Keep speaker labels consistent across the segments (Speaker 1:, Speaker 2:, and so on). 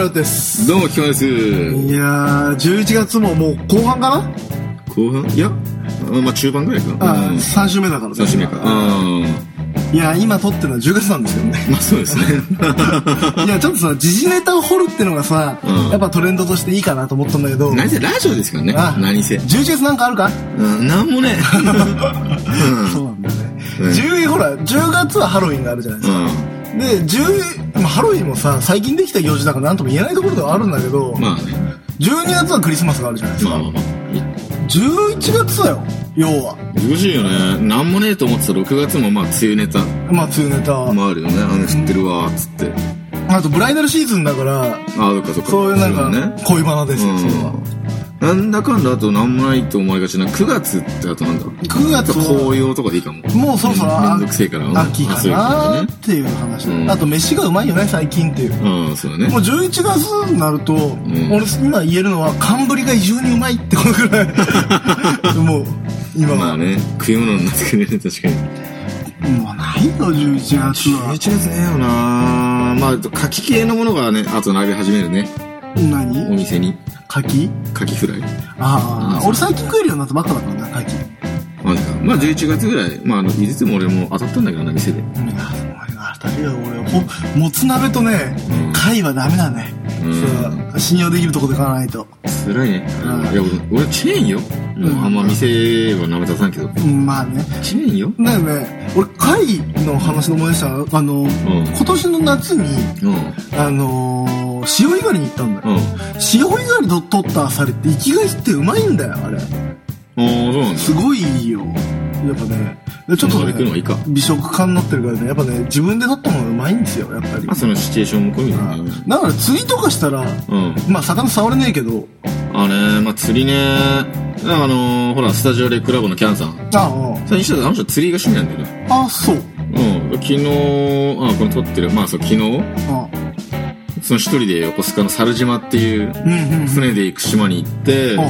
Speaker 1: ルです。
Speaker 2: どうも、菊間です。
Speaker 1: いやー、11月ももう後半かな
Speaker 2: 後半いや、あまあ中盤ぐらいかな。
Speaker 1: あ
Speaker 2: う
Speaker 1: ー、
Speaker 2: ん
Speaker 1: 3週目だから
Speaker 2: 楽しみか。うん。
Speaker 1: いやー、今撮ってるのは10月なんですけどね。
Speaker 2: まあそうですね。
Speaker 1: いや、ちょっとさ、時事ネタを掘るってのがさ、
Speaker 2: うん
Speaker 1: やっぱトレンドとしていいかなと思ったんだけど、
Speaker 2: 何せラジオですからね
Speaker 1: あ。
Speaker 2: 何せ。
Speaker 1: 11月なんかあるか、
Speaker 2: うん、なんもね。
Speaker 1: そうなんだよね。
Speaker 2: うん
Speaker 1: 10ほら、10月はハロウィンがあるじゃないで
Speaker 2: う
Speaker 1: すか。
Speaker 2: ん。
Speaker 1: で、10、まあハロウィンもさ、最近できた行事だからなんとも言えないところではあるんだけど、
Speaker 2: まあね。
Speaker 1: 12月はクリスマスがあるじゃないですか。
Speaker 2: まあまあまあ。
Speaker 1: 11月だよ、要は。
Speaker 2: 難しいよね。なんもねえと思ってた6月もまあ梅雨ネタ
Speaker 1: まあ、梅雨ネタ。
Speaker 2: もあるよね。あの、知ってるわ、つって。
Speaker 1: あと、ブライダルシーズンだから、
Speaker 2: ああ、そっかそっか。
Speaker 1: そういうなん
Speaker 2: ね
Speaker 1: か、恋バナですよ、それは。
Speaker 2: うん。なんだかんだあとなんもないと思いがちな。9月ってあとなんだろう。
Speaker 1: 9
Speaker 2: あと
Speaker 1: 月は、
Speaker 2: 紅葉とかでいいかも。
Speaker 1: もうそろそろ
Speaker 2: め
Speaker 1: あ
Speaker 2: んどくせえから。うん
Speaker 1: 秋
Speaker 2: あ
Speaker 1: か
Speaker 2: そういう
Speaker 1: な
Speaker 2: 感
Speaker 1: ーっていう話
Speaker 2: う。ん
Speaker 1: あと、飯がうまいよね、最近っていう。
Speaker 2: じね。うん、そうだね。
Speaker 1: もう11月になると、俺今言えるのは、寒ぶりが異常にうまいってことぐら い。もう、今
Speaker 2: まあ
Speaker 1: は。
Speaker 2: ね、食い物になってくれるね、 確かに。
Speaker 1: もうないよ、11月
Speaker 2: 11
Speaker 1: は。
Speaker 2: 月ねえよなまあ、柿系のものがね、あと並び始めるね。お
Speaker 1: 何
Speaker 2: 店に。
Speaker 1: 柿
Speaker 2: 柿フライ。
Speaker 1: ああ、俺最近食えるようになったばっかだからな、柿。
Speaker 2: マジか。まあ、11月ぐらい。まあ、あの、いつも俺も当たったんだけどな、店で。
Speaker 1: 俺が当たるよ俺はほもつ鍋とね
Speaker 2: うん
Speaker 1: 貝はダメだね、
Speaker 2: うん
Speaker 1: そう信用できるとこで買わないと
Speaker 2: 辛いね。
Speaker 1: うん
Speaker 2: いや、俺、俺チェーンよ。
Speaker 1: うん
Speaker 2: あんま店は名前出さんけど。
Speaker 1: うんまあね
Speaker 2: チェーンよ。
Speaker 1: だよね俺貝の話の思い出したあの、今年の夏に
Speaker 2: うん。うん。
Speaker 1: あのー潮干狩りに行ったんだよ、
Speaker 2: あ
Speaker 1: 潮干狩りと取ったアサリって生きがいってうまいんだよあれ
Speaker 2: あ、そうなんだ。
Speaker 1: すごいいいよやっぱねでちょっと
Speaker 2: それ食うのは
Speaker 1: ね
Speaker 2: いいか。
Speaker 1: 美食家になってるからねやっぱね自分で取ったものがうまいんですよやっぱり
Speaker 2: まあ、そのシチュエーションも込みだね。
Speaker 1: だから釣りとかしたら
Speaker 2: うん。
Speaker 1: まあ魚触れねえけど
Speaker 2: あね、まあ、釣りね。あのーほら、スタジオレックラボのキャンさん。
Speaker 1: ああ
Speaker 2: 最初、あの人釣りが趣味なんだよね。
Speaker 1: あ、そう。
Speaker 2: うん、昨日、あ、これ撮ってる。まあそう、昨日、
Speaker 1: あ、
Speaker 2: その一人で横須賀の猿島っていう、
Speaker 1: うんうんうん。
Speaker 2: 船で行く島に行って、
Speaker 1: あ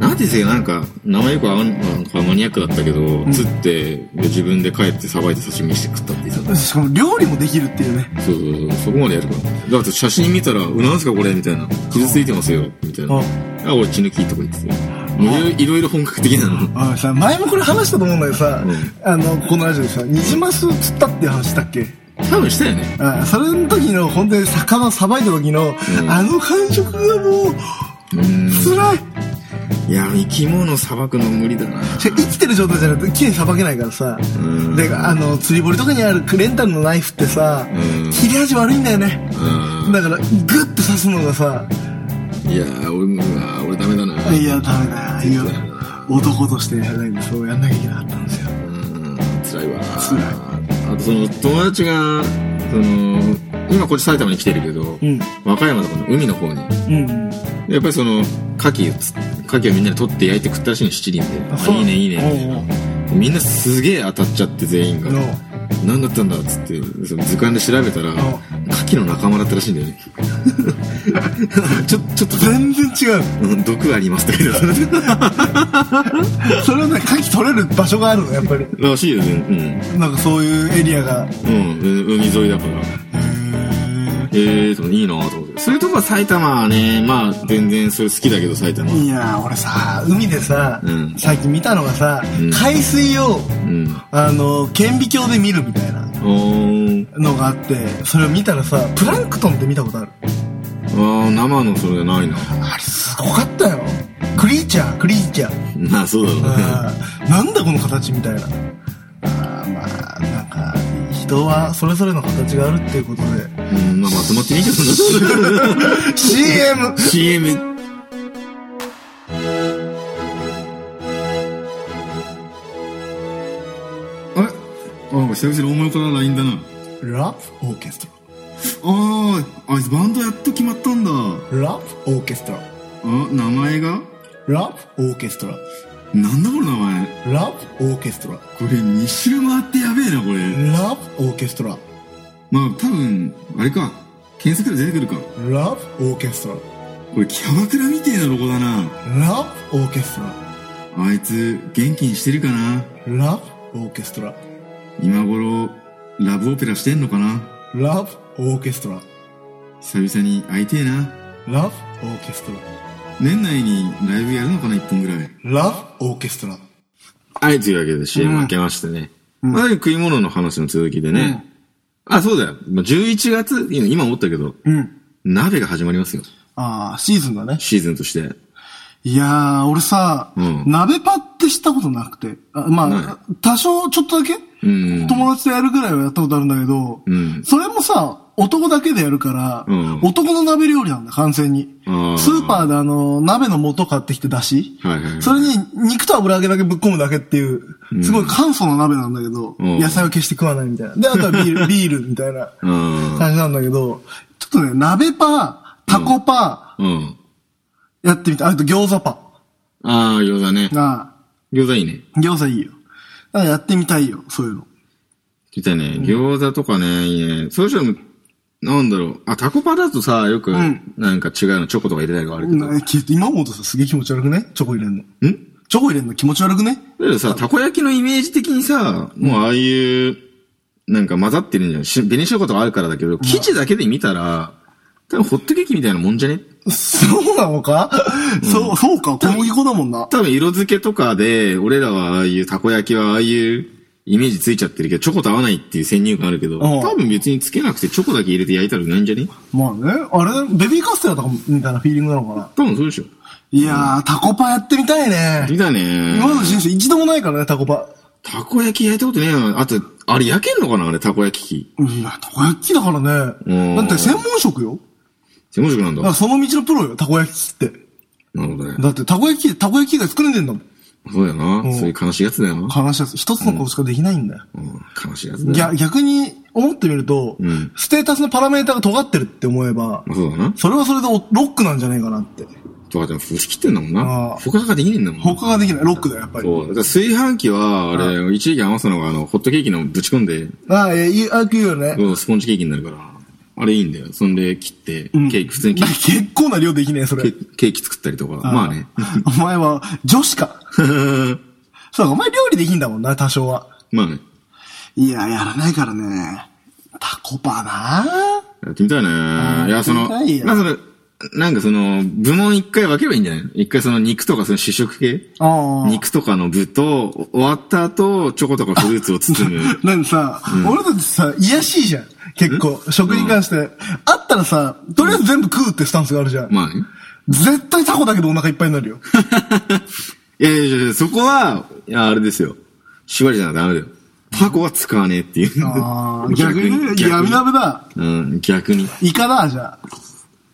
Speaker 2: なんて言うなんか、名前よくあん、なんかマニアックだったけど、釣って、で自分で帰ってさばいて刺身して食ったって言ってた。
Speaker 1: しかも料理もできるっていうね。
Speaker 2: そうそうそう、そこまでやるから。だって写真見たら、うなんすかこれみたいな。傷ついてますよ、みたいな。
Speaker 1: あ
Speaker 2: あ、俺血抜きとか言ってたよ。いろいろいろいろ本格的なの。
Speaker 1: あさ、前もこれ話したと思うんだけどさ、
Speaker 2: う
Speaker 1: あの、このラジオでさ、ニジマス釣ったっていう話したっけ
Speaker 2: 多分したよね。
Speaker 1: あそれの時の、本当に魚さばいた時の、
Speaker 2: ん
Speaker 1: あの感触がもう、
Speaker 2: うん。
Speaker 1: 辛い。
Speaker 2: いや、生き物さばくの無理だな。
Speaker 1: しかも生きてる状態じゃなくて、綺麗にさばけないからさ。
Speaker 2: うん
Speaker 1: で、あの、釣り堀とかにあるレンタルのナイフってさ、
Speaker 2: うん
Speaker 1: 切れ味悪いんだよね。
Speaker 2: うん。
Speaker 1: だから、グッと刺すのがさ、
Speaker 2: いやー、俺も、うわー俺ダメだな。
Speaker 1: いや、ダメだ。いや、男としてやらないとそうやんなきゃいけなかったんですよ。
Speaker 2: うん、辛いわ。
Speaker 1: 辛い
Speaker 2: あとその、友達が、その、今こっち埼玉に来てるけど、
Speaker 1: うん。
Speaker 2: 和歌山とかの海の方に、
Speaker 1: うん。
Speaker 2: やっぱりその、牡蠣をつ、牡蠣をみんなで取って焼いて食ったらしいの、七輪で。
Speaker 1: あ
Speaker 2: あ
Speaker 1: そう
Speaker 2: いいね、いいね、みたい
Speaker 1: おう
Speaker 2: な。みんなすげえ当たっちゃって、全員が。
Speaker 1: の、
Speaker 2: 何だったんだっつって、その図鑑で調べたら、牡蠣の仲間だったらしいんだよね。 ちょ、ちょっと、
Speaker 1: 全然違う。
Speaker 2: うん毒ありますって書いてある。
Speaker 1: それはね、牡蠣取れる場所があるの、やっぱり。
Speaker 2: らしいよね。うん。
Speaker 1: なんかそういうエリアが。
Speaker 2: うん、う海沿いだから。ええー、と、いいなと思って。そういうとこは埼玉はね、まあ、全然それ好きだけど、埼玉。
Speaker 1: いやー、俺さ、海でさ、
Speaker 2: うん
Speaker 1: 最近見たのがさ、
Speaker 2: うん
Speaker 1: 海水を、
Speaker 2: うん。
Speaker 1: あの、顕微鏡で見るみたいな
Speaker 2: おー、
Speaker 1: のがあって、それを見たらさ、プランクトンって見たことある。
Speaker 2: あー生のそれじゃない な。
Speaker 1: あれ、すごかったよ。クリーチャー、クリーチャー。
Speaker 2: まあ、そうだろうね。
Speaker 1: あーなんだこの形みたいな。あーまあ、なんか、人はそれぞれの形があるっていうことで。
Speaker 2: うん、まあ、まとまってみてもな。
Speaker 1: CM!
Speaker 2: CM。
Speaker 3: あれあ、久々に大物から LINE だな。
Speaker 1: ラブオーケスト
Speaker 3: ああ、あいつバンドやっと決まったんだ。あ、
Speaker 1: ラ。ラブオーケストラ。
Speaker 3: 名前が
Speaker 1: ラブオーケストラ。
Speaker 3: なんだこの名前。
Speaker 1: ラブオーケストラ。
Speaker 3: これ2周回ってやべえな、これ。
Speaker 1: ラブオーケストラ。
Speaker 3: まあ多分、あれか。検索で出てくるか。
Speaker 1: ラブオーケストラ。
Speaker 3: これキャバクラみてえなロゴだな。
Speaker 1: ラブオーケストラ。
Speaker 3: あいつ、元気にしてるかな
Speaker 1: ラブオーケストラ。
Speaker 3: 今頃、ラブオペラしてんのかな
Speaker 1: ラブオーケストラ。
Speaker 3: 久々に会いてえな。
Speaker 1: ラブオーケスト
Speaker 3: 年内にライブやるのかな、1本ぐらい。
Speaker 1: ラ。ラブオーケストラ。
Speaker 2: はい、というわけで CM 開けましてね。まあ、食い物の話の続きでね。あ、そうだよ。まあ11月、いや今思ったけど、
Speaker 1: うん。
Speaker 2: 鍋が始まりますよ。
Speaker 1: ああ、シーズンだね。
Speaker 2: シーズンとして。
Speaker 1: いやー、俺さ、
Speaker 2: うん
Speaker 1: 鍋パってしたことなくて。あまあ、
Speaker 2: な
Speaker 1: 多少ちょっとだけ、
Speaker 2: うん
Speaker 1: 友達とやるぐらいはやったことあるんだけど、
Speaker 2: うん
Speaker 1: それもさ、男だけでやるから、
Speaker 2: うん
Speaker 1: 男の鍋料理なんだ、完全に。ス
Speaker 2: あー
Speaker 1: ーパーであの、鍋の素買ってきてだし、
Speaker 2: はいはいはい
Speaker 1: それに肉と油揚げだけぶっ込むだけっていう、すごい簡素な鍋なんだけど、
Speaker 2: うん
Speaker 1: 野菜は決して食わないみたいな。で、あとはビー ル、ビールみたいな
Speaker 2: うん。
Speaker 1: 感じなんだけど、ちょっとね、鍋パー、タコパ
Speaker 2: うん。
Speaker 1: ー、やってみた。あと餃子パー。
Speaker 2: ああ、餃子ね。
Speaker 1: な
Speaker 2: 餃子いいね。
Speaker 1: あ、餃子いいよ。なんかやってみたいよ、そういうの。
Speaker 2: みたいね。餃子とかね、いいね。そうしたらもう、なんだろう。あ、タコパだとさ、よく、
Speaker 1: ん
Speaker 2: なんか違うの、チョコとか入れたりとかあるけど。
Speaker 1: なき今思うとさ、すげえ気持ち悪くねチョコ入れんの。
Speaker 2: ん
Speaker 1: チョコ入れんの気持ち悪くね
Speaker 2: だけどさ、たこ焼きのイメージ的にさ、もうああいう、なんか混ざってるんじゃんし。紅しょうがとかあるからだけど、生地だけで見たら、多分ホットケーキみたいなもんじゃね
Speaker 1: そうなのか、そう、そうか、小麦粉だもんな。
Speaker 2: 多分色付けとかで、俺らはああいうたこ焼きはああいうイメージついちゃってるけど、チョコと合わないっていう先入観あるけど、
Speaker 1: ん
Speaker 2: 多分別につけなくてチョコだけ入れて焼いたらないんじゃね
Speaker 1: まあね、あれ、ベビーカステラとかみたいなフィーリングなのかな
Speaker 2: 多分そうでしょ。
Speaker 1: いやー、タコパやってみたいね。
Speaker 2: 見たね
Speaker 1: 今まで人生一度もないからね、タコパ。
Speaker 2: たこ焼き焼いたことねえな。あと、あれ焼けんのかなあれ、たこ焼き器。
Speaker 1: いや、たこ焼きだから
Speaker 2: うん
Speaker 1: ね。だって専門職よ。
Speaker 2: 専門職なん
Speaker 1: だ
Speaker 2: だ
Speaker 1: から。その道のプロよ、たこ焼きって。
Speaker 2: なるほどね。
Speaker 1: だって、たこ焼き、たこ焼き以外作れねえんだもん。
Speaker 2: そうだよな。
Speaker 1: ん
Speaker 2: そういう悲しいやつだよな。
Speaker 1: 話しやすい。一つのことしかできないんだよ。
Speaker 2: うん、悲しいやつだよ。
Speaker 1: 逆逆に思ってみると、
Speaker 2: ん
Speaker 1: ステータスのパラメータが尖ってるって思えば、
Speaker 2: まあそうだな。
Speaker 1: それはそれでおロックなんじゃないかなって。
Speaker 2: とかでも、振り切ってんだもんな
Speaker 1: あ。ー
Speaker 2: 他ができねえんだもん。
Speaker 1: 他ができない。ロックだよ、やっぱり。
Speaker 2: そう。だから炊飯器は、あれ、一時期余すのが、あの、ホットケーキのぶち込んで、
Speaker 1: ああ、えー、言うあ言うよね。
Speaker 2: うんスポンジケーキになるから、あれいいんだよ。そんで切って、ケーキ、普通にケーキ、
Speaker 1: 結構な量できねえ、そ
Speaker 2: ケ
Speaker 1: れ。
Speaker 2: ーケーキ 作ったりとか、まあね。
Speaker 1: お前は、女子 か。そうか、お前料理できんだもんな、多少は。
Speaker 2: まあね。
Speaker 1: いや、やらないからね。タコパな
Speaker 2: やってみたいね。いや、その、
Speaker 1: やってみたいよ
Speaker 2: まあその、なんかその、部門一回分ければいいんじゃないの一回その肉とかその主食系
Speaker 1: ああ
Speaker 2: 肉とかの部と、終わった後、チョコとかフルーツを包む。
Speaker 1: なんでさ、俺たちさ、癒やしいじゃん。結構、食に関して。あったらさ、とりあえず全部食うってスタンスがあるじゃん。
Speaker 2: まあね。
Speaker 1: 絶対タコだけどお腹いっぱいになるよ。
Speaker 2: いやいやいやいや、そこは、いや、あれですよ。縛りじゃダメだよ。タコは使わねえっていう。
Speaker 1: あー逆にね、
Speaker 2: 逆
Speaker 1: 闇鍋だ。
Speaker 2: うん、逆に。
Speaker 1: イカだ、じゃ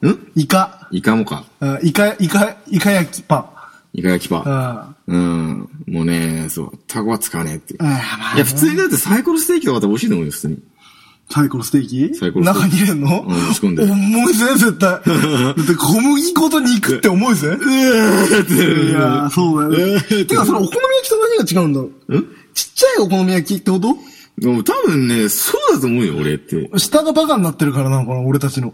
Speaker 1: あ。
Speaker 2: ん
Speaker 1: イカ。
Speaker 2: イカもか。
Speaker 1: うんイカ、イカ、イカ焼きパ
Speaker 2: イカ焼き
Speaker 1: ン。うん。
Speaker 2: パ。
Speaker 1: あ
Speaker 2: うん。もうね、そう。タコは使わねえっていう。
Speaker 1: ーま
Speaker 2: い
Speaker 1: あ
Speaker 2: や、普通にだってサイコロステーキとかだって美味しいと思うよ、普通に。
Speaker 1: サイコロステーキ
Speaker 2: サイコロステー
Speaker 1: 中に
Speaker 2: キ
Speaker 1: 入れんの
Speaker 2: うん仕込んで
Speaker 1: 重いぜ、絶 対。だって小麦粉と肉って重い ぜ。いやー、そうだよ。てか、それお好み焼きと何が違うんだろうちっちゃいお好み焼きってこと
Speaker 2: でも多分ね、そうだと思うよ、俺って。
Speaker 1: 下がバカになってるからなのかな、俺たちの。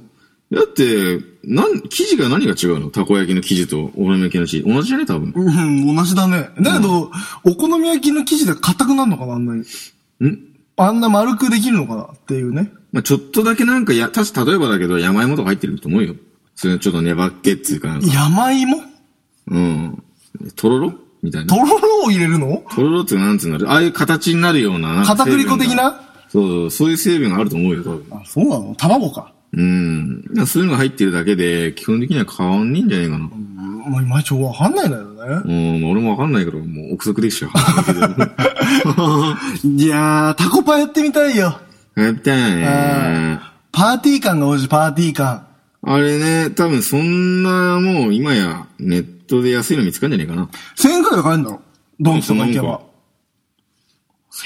Speaker 2: だって、なん、生地が何が違うのたこ焼きの生地とお好み焼きの生地。同じじゃね多分。
Speaker 1: うん、同じだね。だけど、お好み焼きの生地で硬くなるのかな、あんなに。
Speaker 2: ん
Speaker 1: あんな丸くできるのかなっていうね。
Speaker 2: まあ、ちょっとだけなんか、や、たし、例えばだけど、山芋とか入ってると思うよ。それちょっと粘っけっていうかなんか
Speaker 1: 山芋
Speaker 2: うん。とろろみたい
Speaker 1: と
Speaker 2: な。
Speaker 1: ろろを入れるの
Speaker 2: とろろってなんつうんだろうああいう形になるような。なんか
Speaker 1: 片栗粉的な
Speaker 2: 成分がそうそう、そういう成分があると思うよ、多分。
Speaker 1: あ、そうなの卵か。
Speaker 2: うん。なんかそういうのが入ってるだけで、基本的には変わんねえんじゃない
Speaker 1: う
Speaker 2: かな。
Speaker 1: ん、まあ、いまいちわかんないんだよね。
Speaker 2: うん、まあ俺もわかんないけど、もう憶測できちゃ う。
Speaker 1: いやー、タコパやってみたいよ。
Speaker 2: やりたいね。
Speaker 1: パーティー感が欲しい、パーティー感。
Speaker 2: あれね、多分そんなもう今やネットで安いの見つかんじゃねえかな。
Speaker 1: 1000円くらいで買えんだろ。ドンキとか行けば。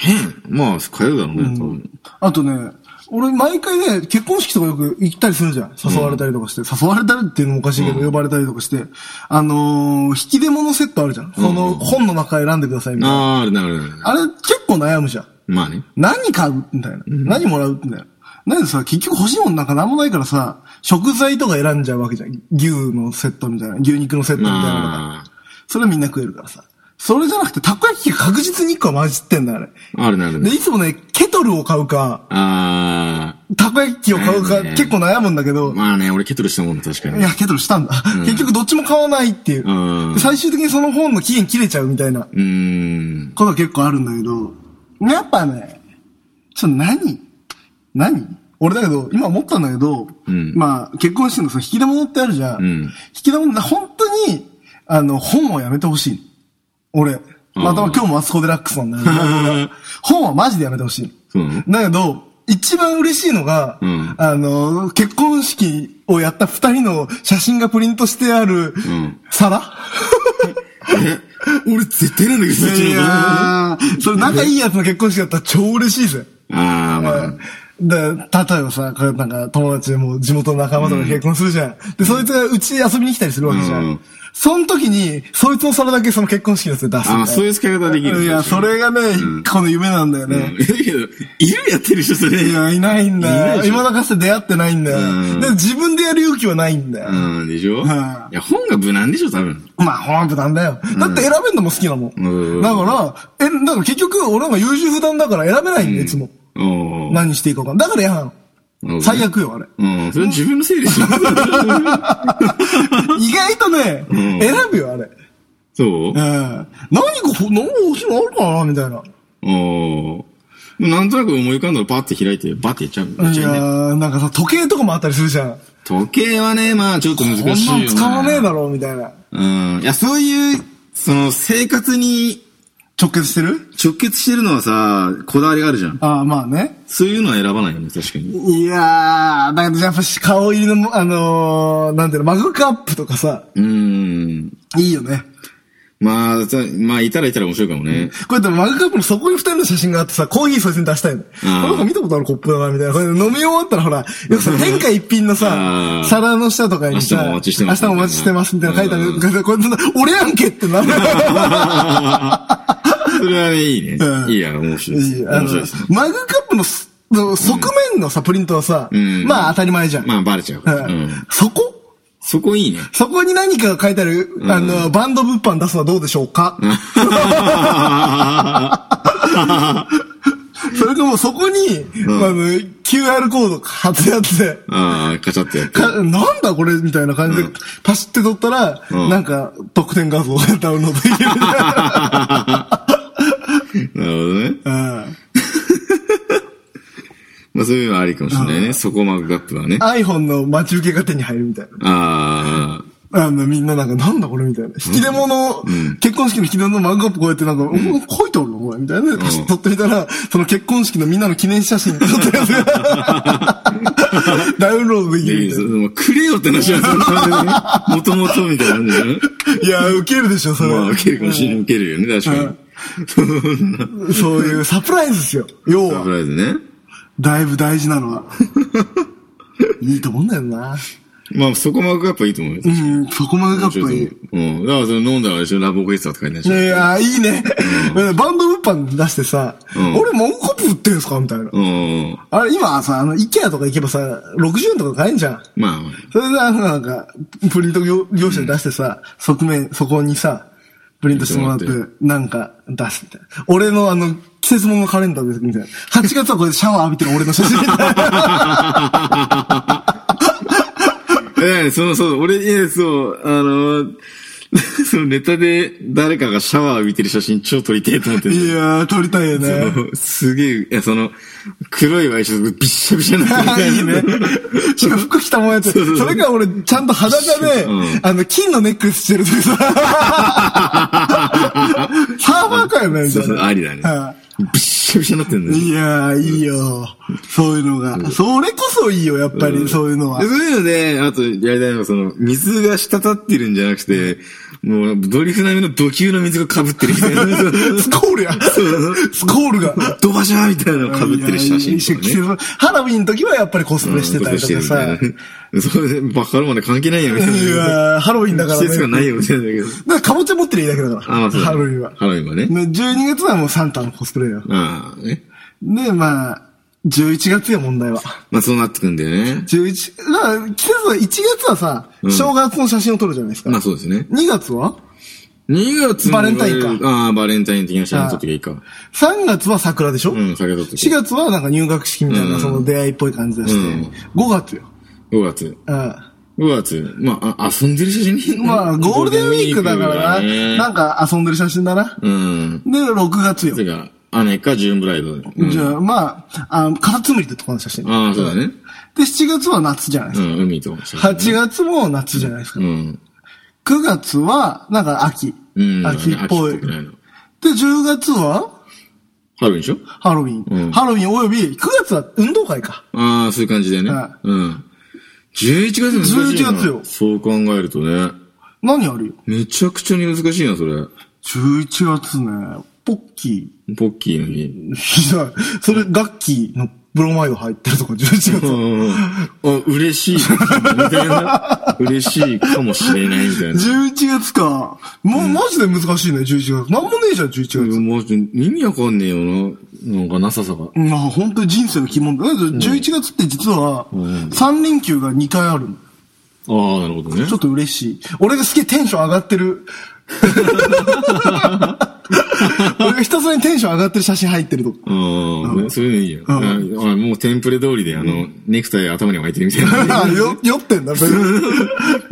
Speaker 2: 1000まあ、通うだろうね、多分。
Speaker 1: あとね、俺毎回ね、結婚式とかよく行ったりするじゃん。誘われたりとかして。誘われたりっていうのもおかしいけど、呼ばれたりとかして。あのー、引き出物セットあるじゃん。その本の中選んでくださいみたいな。
Speaker 2: あーあるね、あるね。
Speaker 1: あれ結構悩むじゃん。
Speaker 2: まあね。
Speaker 1: 何買うみたいな。何もらうみたいな。なんでさ、結局欲しいもんなんか何もないからさ、食材とか選んじゃうわけじゃん。牛のセットみたいな。牛肉のセットみたいなのとか。
Speaker 2: まあ、
Speaker 1: それはみんな食えるからさ。それじゃなくて、たこ焼きが確実に1個は混じってんだ、あれ。
Speaker 2: あるね、ある
Speaker 1: で、
Speaker 2: ね。
Speaker 1: いつもね、ケトルを買うか、
Speaker 2: あ
Speaker 1: たこ焼きを買う
Speaker 2: は
Speaker 1: か、
Speaker 2: いはい
Speaker 1: 結構悩むんだけど
Speaker 2: ー。、まあね、俺ケトルしたもんね、確か
Speaker 1: い
Speaker 2: に。
Speaker 1: や、ケトルしたんだ。結局どっちも買わないっていうう。
Speaker 2: ん
Speaker 1: で最終的にその本の期限切れちゃうみたいな
Speaker 2: うーん。
Speaker 1: ことが結構あるんだけど、やっぱね、ちょ、何何俺だけど、今思ったんだけど、
Speaker 2: うん
Speaker 1: まあ、結婚してんの、その引き出物ってあるじゃん。
Speaker 2: うん
Speaker 1: 引き出物って本当に、あの、本をやめてほしい。俺。まあ、多分今日もあそこでラックスなんだけど、 本はマジでやめてほしい。
Speaker 2: そうなの
Speaker 1: だけど、一番嬉しいのが、
Speaker 2: うん
Speaker 1: あの、結婚式をやった二人の写真がプリントしてある
Speaker 2: ん
Speaker 1: 皿、
Speaker 2: 俺絶対なんだけど、そっちの
Speaker 1: い
Speaker 2: 方が。あ
Speaker 1: やーそれ仲いいやつの結婚式だったら超嬉しいぜ。
Speaker 2: ー、まあ。
Speaker 1: で、例えばさ、こうなんか友達でも地元の仲間とか結婚するじゃん。で、そいつがうちに遊びに来たりするわけじゃん。
Speaker 2: うん
Speaker 1: その時に、そいつの皿だけその結婚式のやつで出すみたいな。
Speaker 2: あーそういう使い方できる
Speaker 1: いや、それがね、この夢なんだよね。
Speaker 2: うんいやけど、いるやってるでしょ、それ。
Speaker 1: いや、いないん
Speaker 2: いな
Speaker 1: だ
Speaker 2: い
Speaker 1: よ。
Speaker 2: でしょ
Speaker 1: 今だかつて出会ってないんだよ。
Speaker 2: うん
Speaker 1: で自分でやる勇気はないんだよ。
Speaker 2: うん、でしょ
Speaker 1: ん
Speaker 2: いや、本が無難でしょ、多分。
Speaker 1: まあ、本部なんだよ。だって選べんのも好きなもん。
Speaker 2: うん
Speaker 1: だから、え、だから結局、俺が優柔不断だから選べないんだよ、いつも。
Speaker 2: おー
Speaker 1: 何していいか分かんない。だから嫌な
Speaker 2: う
Speaker 1: の。
Speaker 2: ん
Speaker 1: 最悪よ、あ れ。
Speaker 2: うん、それは自分のせいで しょ。
Speaker 1: 意外とね、
Speaker 2: ん
Speaker 1: 選ぶよ、あれ。うん。
Speaker 2: そう
Speaker 1: 何かほ、何か欲しいのあるかなみたいな。
Speaker 2: おーなんとなく思い浮かんだらパッて開いて、バッてやっちゃう。やっ
Speaker 1: い
Speaker 2: ち
Speaker 1: や
Speaker 2: ゃう
Speaker 1: ー、
Speaker 2: ね
Speaker 1: なんかさ、時計とかもあったりするじゃん。
Speaker 2: 時計はね、まあちょっと難しい
Speaker 1: こんなん
Speaker 2: よ、ね。
Speaker 1: 使わねえだろ、みたいな。
Speaker 2: うん。いや、そういう、その、生活に
Speaker 1: 直結してる
Speaker 2: 直結してるのはさ、こだわりがあるじゃん。
Speaker 1: ああ、まあね。
Speaker 2: そういうのは選ばないよね、確かに。
Speaker 1: いやー、だけどやっぱし顔入りの、あのー、なんていうの、マグカップとかさ、
Speaker 2: うーん。
Speaker 1: いいよね。
Speaker 2: まあ、さまあ、いたらいたら面白いかもね。
Speaker 1: こうやってマグカップのそこに二人の写真があってさ、コーヒーそいつに出したいの。こ
Speaker 2: ん
Speaker 1: の子見たことあるコップだな、みたいな。これ飲み終わったらほら、よくさ、天下一品の
Speaker 2: う
Speaker 1: さ
Speaker 2: ん、
Speaker 1: 皿の下とかにさ、
Speaker 2: 明日もお待ちしてます
Speaker 1: 明日もお待ちしてます、みたいな書いてある。これ俺やんけってなる。
Speaker 2: それはね、いいね。
Speaker 1: うん
Speaker 2: いいや、面白いです。
Speaker 1: いいあ
Speaker 2: 面
Speaker 1: の
Speaker 2: 白いですね。
Speaker 1: マグカップのすの側面のさ、プリントはさ、
Speaker 2: ん
Speaker 1: まあ当たり前じゃん。
Speaker 2: まあ、バレちゃうから。
Speaker 1: う
Speaker 2: うんん。
Speaker 1: そこ
Speaker 2: そこいいね。
Speaker 1: そこに何かが書いてある、あの、バンド物販出すのはどうでしょうか、それかもうそこに、あの、QR コード貼ってやって、
Speaker 2: ああ、カチャってやって。
Speaker 1: か なんだこれみたいな感じで、パシって撮ったら、
Speaker 2: うん
Speaker 1: なんか、特典画像がダウンロードできるみたい
Speaker 2: なるほどね。
Speaker 1: な。うん
Speaker 2: まあ、そういうのはありかもしれないね。そこマグカップはね。
Speaker 1: iPhone の待ち受けが手に入るみたい
Speaker 2: ああ。
Speaker 1: な。あの、みんななんか、なんだこれみたいな。引き出物、結婚式の引き出物のマグカップこうやってなんか、うん書いてあるのこれみたいな。パシッと撮ってみたら、その結婚式のみんなの記念写真撮ったやつ がダウンロードできるみたい
Speaker 2: で、そ
Speaker 1: な。
Speaker 2: のくれよって話はそんな、も ともとみたいな感じだね。
Speaker 1: いや、ウケるでしょ、それ。
Speaker 2: まあ、受けるかもしれない。受けるよね、確かに。
Speaker 1: そういうサプライズですよ。要
Speaker 2: サプ
Speaker 1: は、
Speaker 2: ライズね。
Speaker 1: だいぶ大事なのは。 いいと思うんだよな。
Speaker 2: まあ、そこマグカップはいいと思うよ。
Speaker 1: うん、そこまでカップはいい。
Speaker 2: うん。だから、その飲んだらあれでしょ、ラブオーケストラとかになっ
Speaker 1: い
Speaker 2: ちゃう。
Speaker 1: や、いいね。 バンド物販出してさ、
Speaker 2: うん
Speaker 1: 俺マグカップ売ってんすかみたいな。
Speaker 2: うん。
Speaker 1: あれ、今さ、あの、イケアとか行けばさ、60円とか買えんじゃん。
Speaker 2: まあ、ま
Speaker 1: それで、あの、なんか、プリント業業者に出してさ、側面、そこにさ、プリントしてもらって
Speaker 2: ちょっと、
Speaker 1: なんか、出すみたいな。俺のあの、季節物のカレンダーです、みたいな。8月はこれでシャワー浴びてる俺の写真みたいな。
Speaker 2: あええ、その、そう、俺、いや、そう、あの、 そのネタで誰かがシャワー浴びてる写真超撮りてえと思ってる
Speaker 1: いやー、撮りたいよね。
Speaker 2: すげえ、いや、その、黒いワイシャツびっしゃびしゃになってる
Speaker 1: いいね。 しかも服着たもんやつ。そ
Speaker 2: そうそうそう
Speaker 1: れから俺、ちゃんと裸で、
Speaker 2: うん
Speaker 1: あの、金のネックレス してるとかさ。サーファーかよね、みた
Speaker 2: そう
Speaker 1: い
Speaker 2: そう、
Speaker 1: な。
Speaker 2: ありだね
Speaker 1: は。
Speaker 2: びっしゃびしゃになってんだよ。
Speaker 1: いやー、いいよ。そういうのが。それこそいいよ、やっぱり、そういうのは
Speaker 2: で。そういうので、あと、やりたいのが、その、水が滴ってるんじゃなくて、もう、ドリフ並みの土球の水が被ってるみたいな。
Speaker 1: スコールや。スコールが。
Speaker 2: ドバシャーみたいなの被ってる写真とか
Speaker 1: いやい
Speaker 2: ね。
Speaker 1: やいや花火の時はやっぱりコスプレしてたりとかさ。
Speaker 2: うん。そうしてるみたいなそれで、バカロマで関係ないよ、みたい
Speaker 1: い
Speaker 2: な。
Speaker 1: やーハロウィンだから
Speaker 2: 季節が
Speaker 1: ね。
Speaker 2: ないよ、みたいなんだけど。
Speaker 1: だからかぼちゃ持ってりゃいいだけだか
Speaker 2: あ、ま
Speaker 1: ら。
Speaker 2: あそうだ
Speaker 1: ハ
Speaker 2: ね
Speaker 1: ロウィンは。
Speaker 2: ハロウィンはね。
Speaker 1: ね12月はもうサンタのコスプレよ。
Speaker 2: ああ、ね。
Speaker 1: で、まあ、11月よ、問題は。
Speaker 2: まあ、そうなってくんだよね。
Speaker 1: 11、まあ、季節は1月はさ、正月の写真を撮るじゃないですか。
Speaker 2: まあ、そうですね。
Speaker 1: 2月は
Speaker 2: 2月の
Speaker 1: バレンタインか
Speaker 2: ああ、バレンタイン的な写真撮っていいか。
Speaker 1: 3月は桜でしょ、
Speaker 2: うん、酒撮って
Speaker 1: 4月はなんか入学式みたいな、
Speaker 2: うん
Speaker 1: その出会いっぽい感じだして、
Speaker 2: うん
Speaker 1: 5月よ。
Speaker 2: 5月。
Speaker 1: うん。
Speaker 2: 5月。まあ、あ遊んでる写真 に
Speaker 1: まあ、ゴールデンウィークだからな。なん
Speaker 2: か。
Speaker 1: か遊んでる写真だな。
Speaker 2: うん。
Speaker 1: で、6月よ
Speaker 2: て。か、姉かジューンブライドだよ。
Speaker 1: じゃあ、まあ、あの、カタツムリってとこの写真。で、
Speaker 2: ああ、そうだね。
Speaker 1: 7月は夏じゃないで
Speaker 2: う
Speaker 1: すか。
Speaker 2: ん、海と写真。
Speaker 1: 8月も夏じゃないですか。
Speaker 2: うん。
Speaker 1: 9月は、なんか秋。
Speaker 2: うん。
Speaker 1: 秋っぽい。
Speaker 2: 秋く
Speaker 1: で、
Speaker 2: ないの
Speaker 1: 10月は、
Speaker 2: ハロウィンでしょ
Speaker 1: ハロウィン。
Speaker 2: うん
Speaker 1: ハロウィンおよび、9月は運動会か。
Speaker 2: ああ、そういう感じでね。
Speaker 1: は
Speaker 2: うん。11月難しいな。
Speaker 1: 11月よ
Speaker 2: そう考えるとね。
Speaker 1: 何あるよ。
Speaker 2: めちゃくちゃに難しいな、それ。
Speaker 1: 11月ね、ポッキ
Speaker 2: ポッキーの日。
Speaker 1: ー。 ひどい。それ、ガッキーのブロマイド入ってるとか、11
Speaker 2: う
Speaker 1: 月。
Speaker 2: んうんうん。あ、嬉しい。みたいな。嬉しいかもしれない、みたいな。
Speaker 1: 11月か。もう、マジで難しいね、11月。なんもねえじゃん、11月。
Speaker 2: もう、意味わかんねえよな。なんかなささが。
Speaker 1: まあ、本当に人生の鬼門だ。だけど11月って実は、3連休が2回あるの。
Speaker 2: ああ、なるほどね
Speaker 1: ちょ。っと嬉しい。俺がすげえテンション上がってる。 俺がひたすらにテンション上がってる写真入ってるとこ。
Speaker 2: ああ、ねそういうのいいよ。
Speaker 1: ん
Speaker 2: ああもうテンプレ通りで、あの、ネクタイ頭に巻いてるみたい な。
Speaker 1: あよ、酔ってんだ、別に。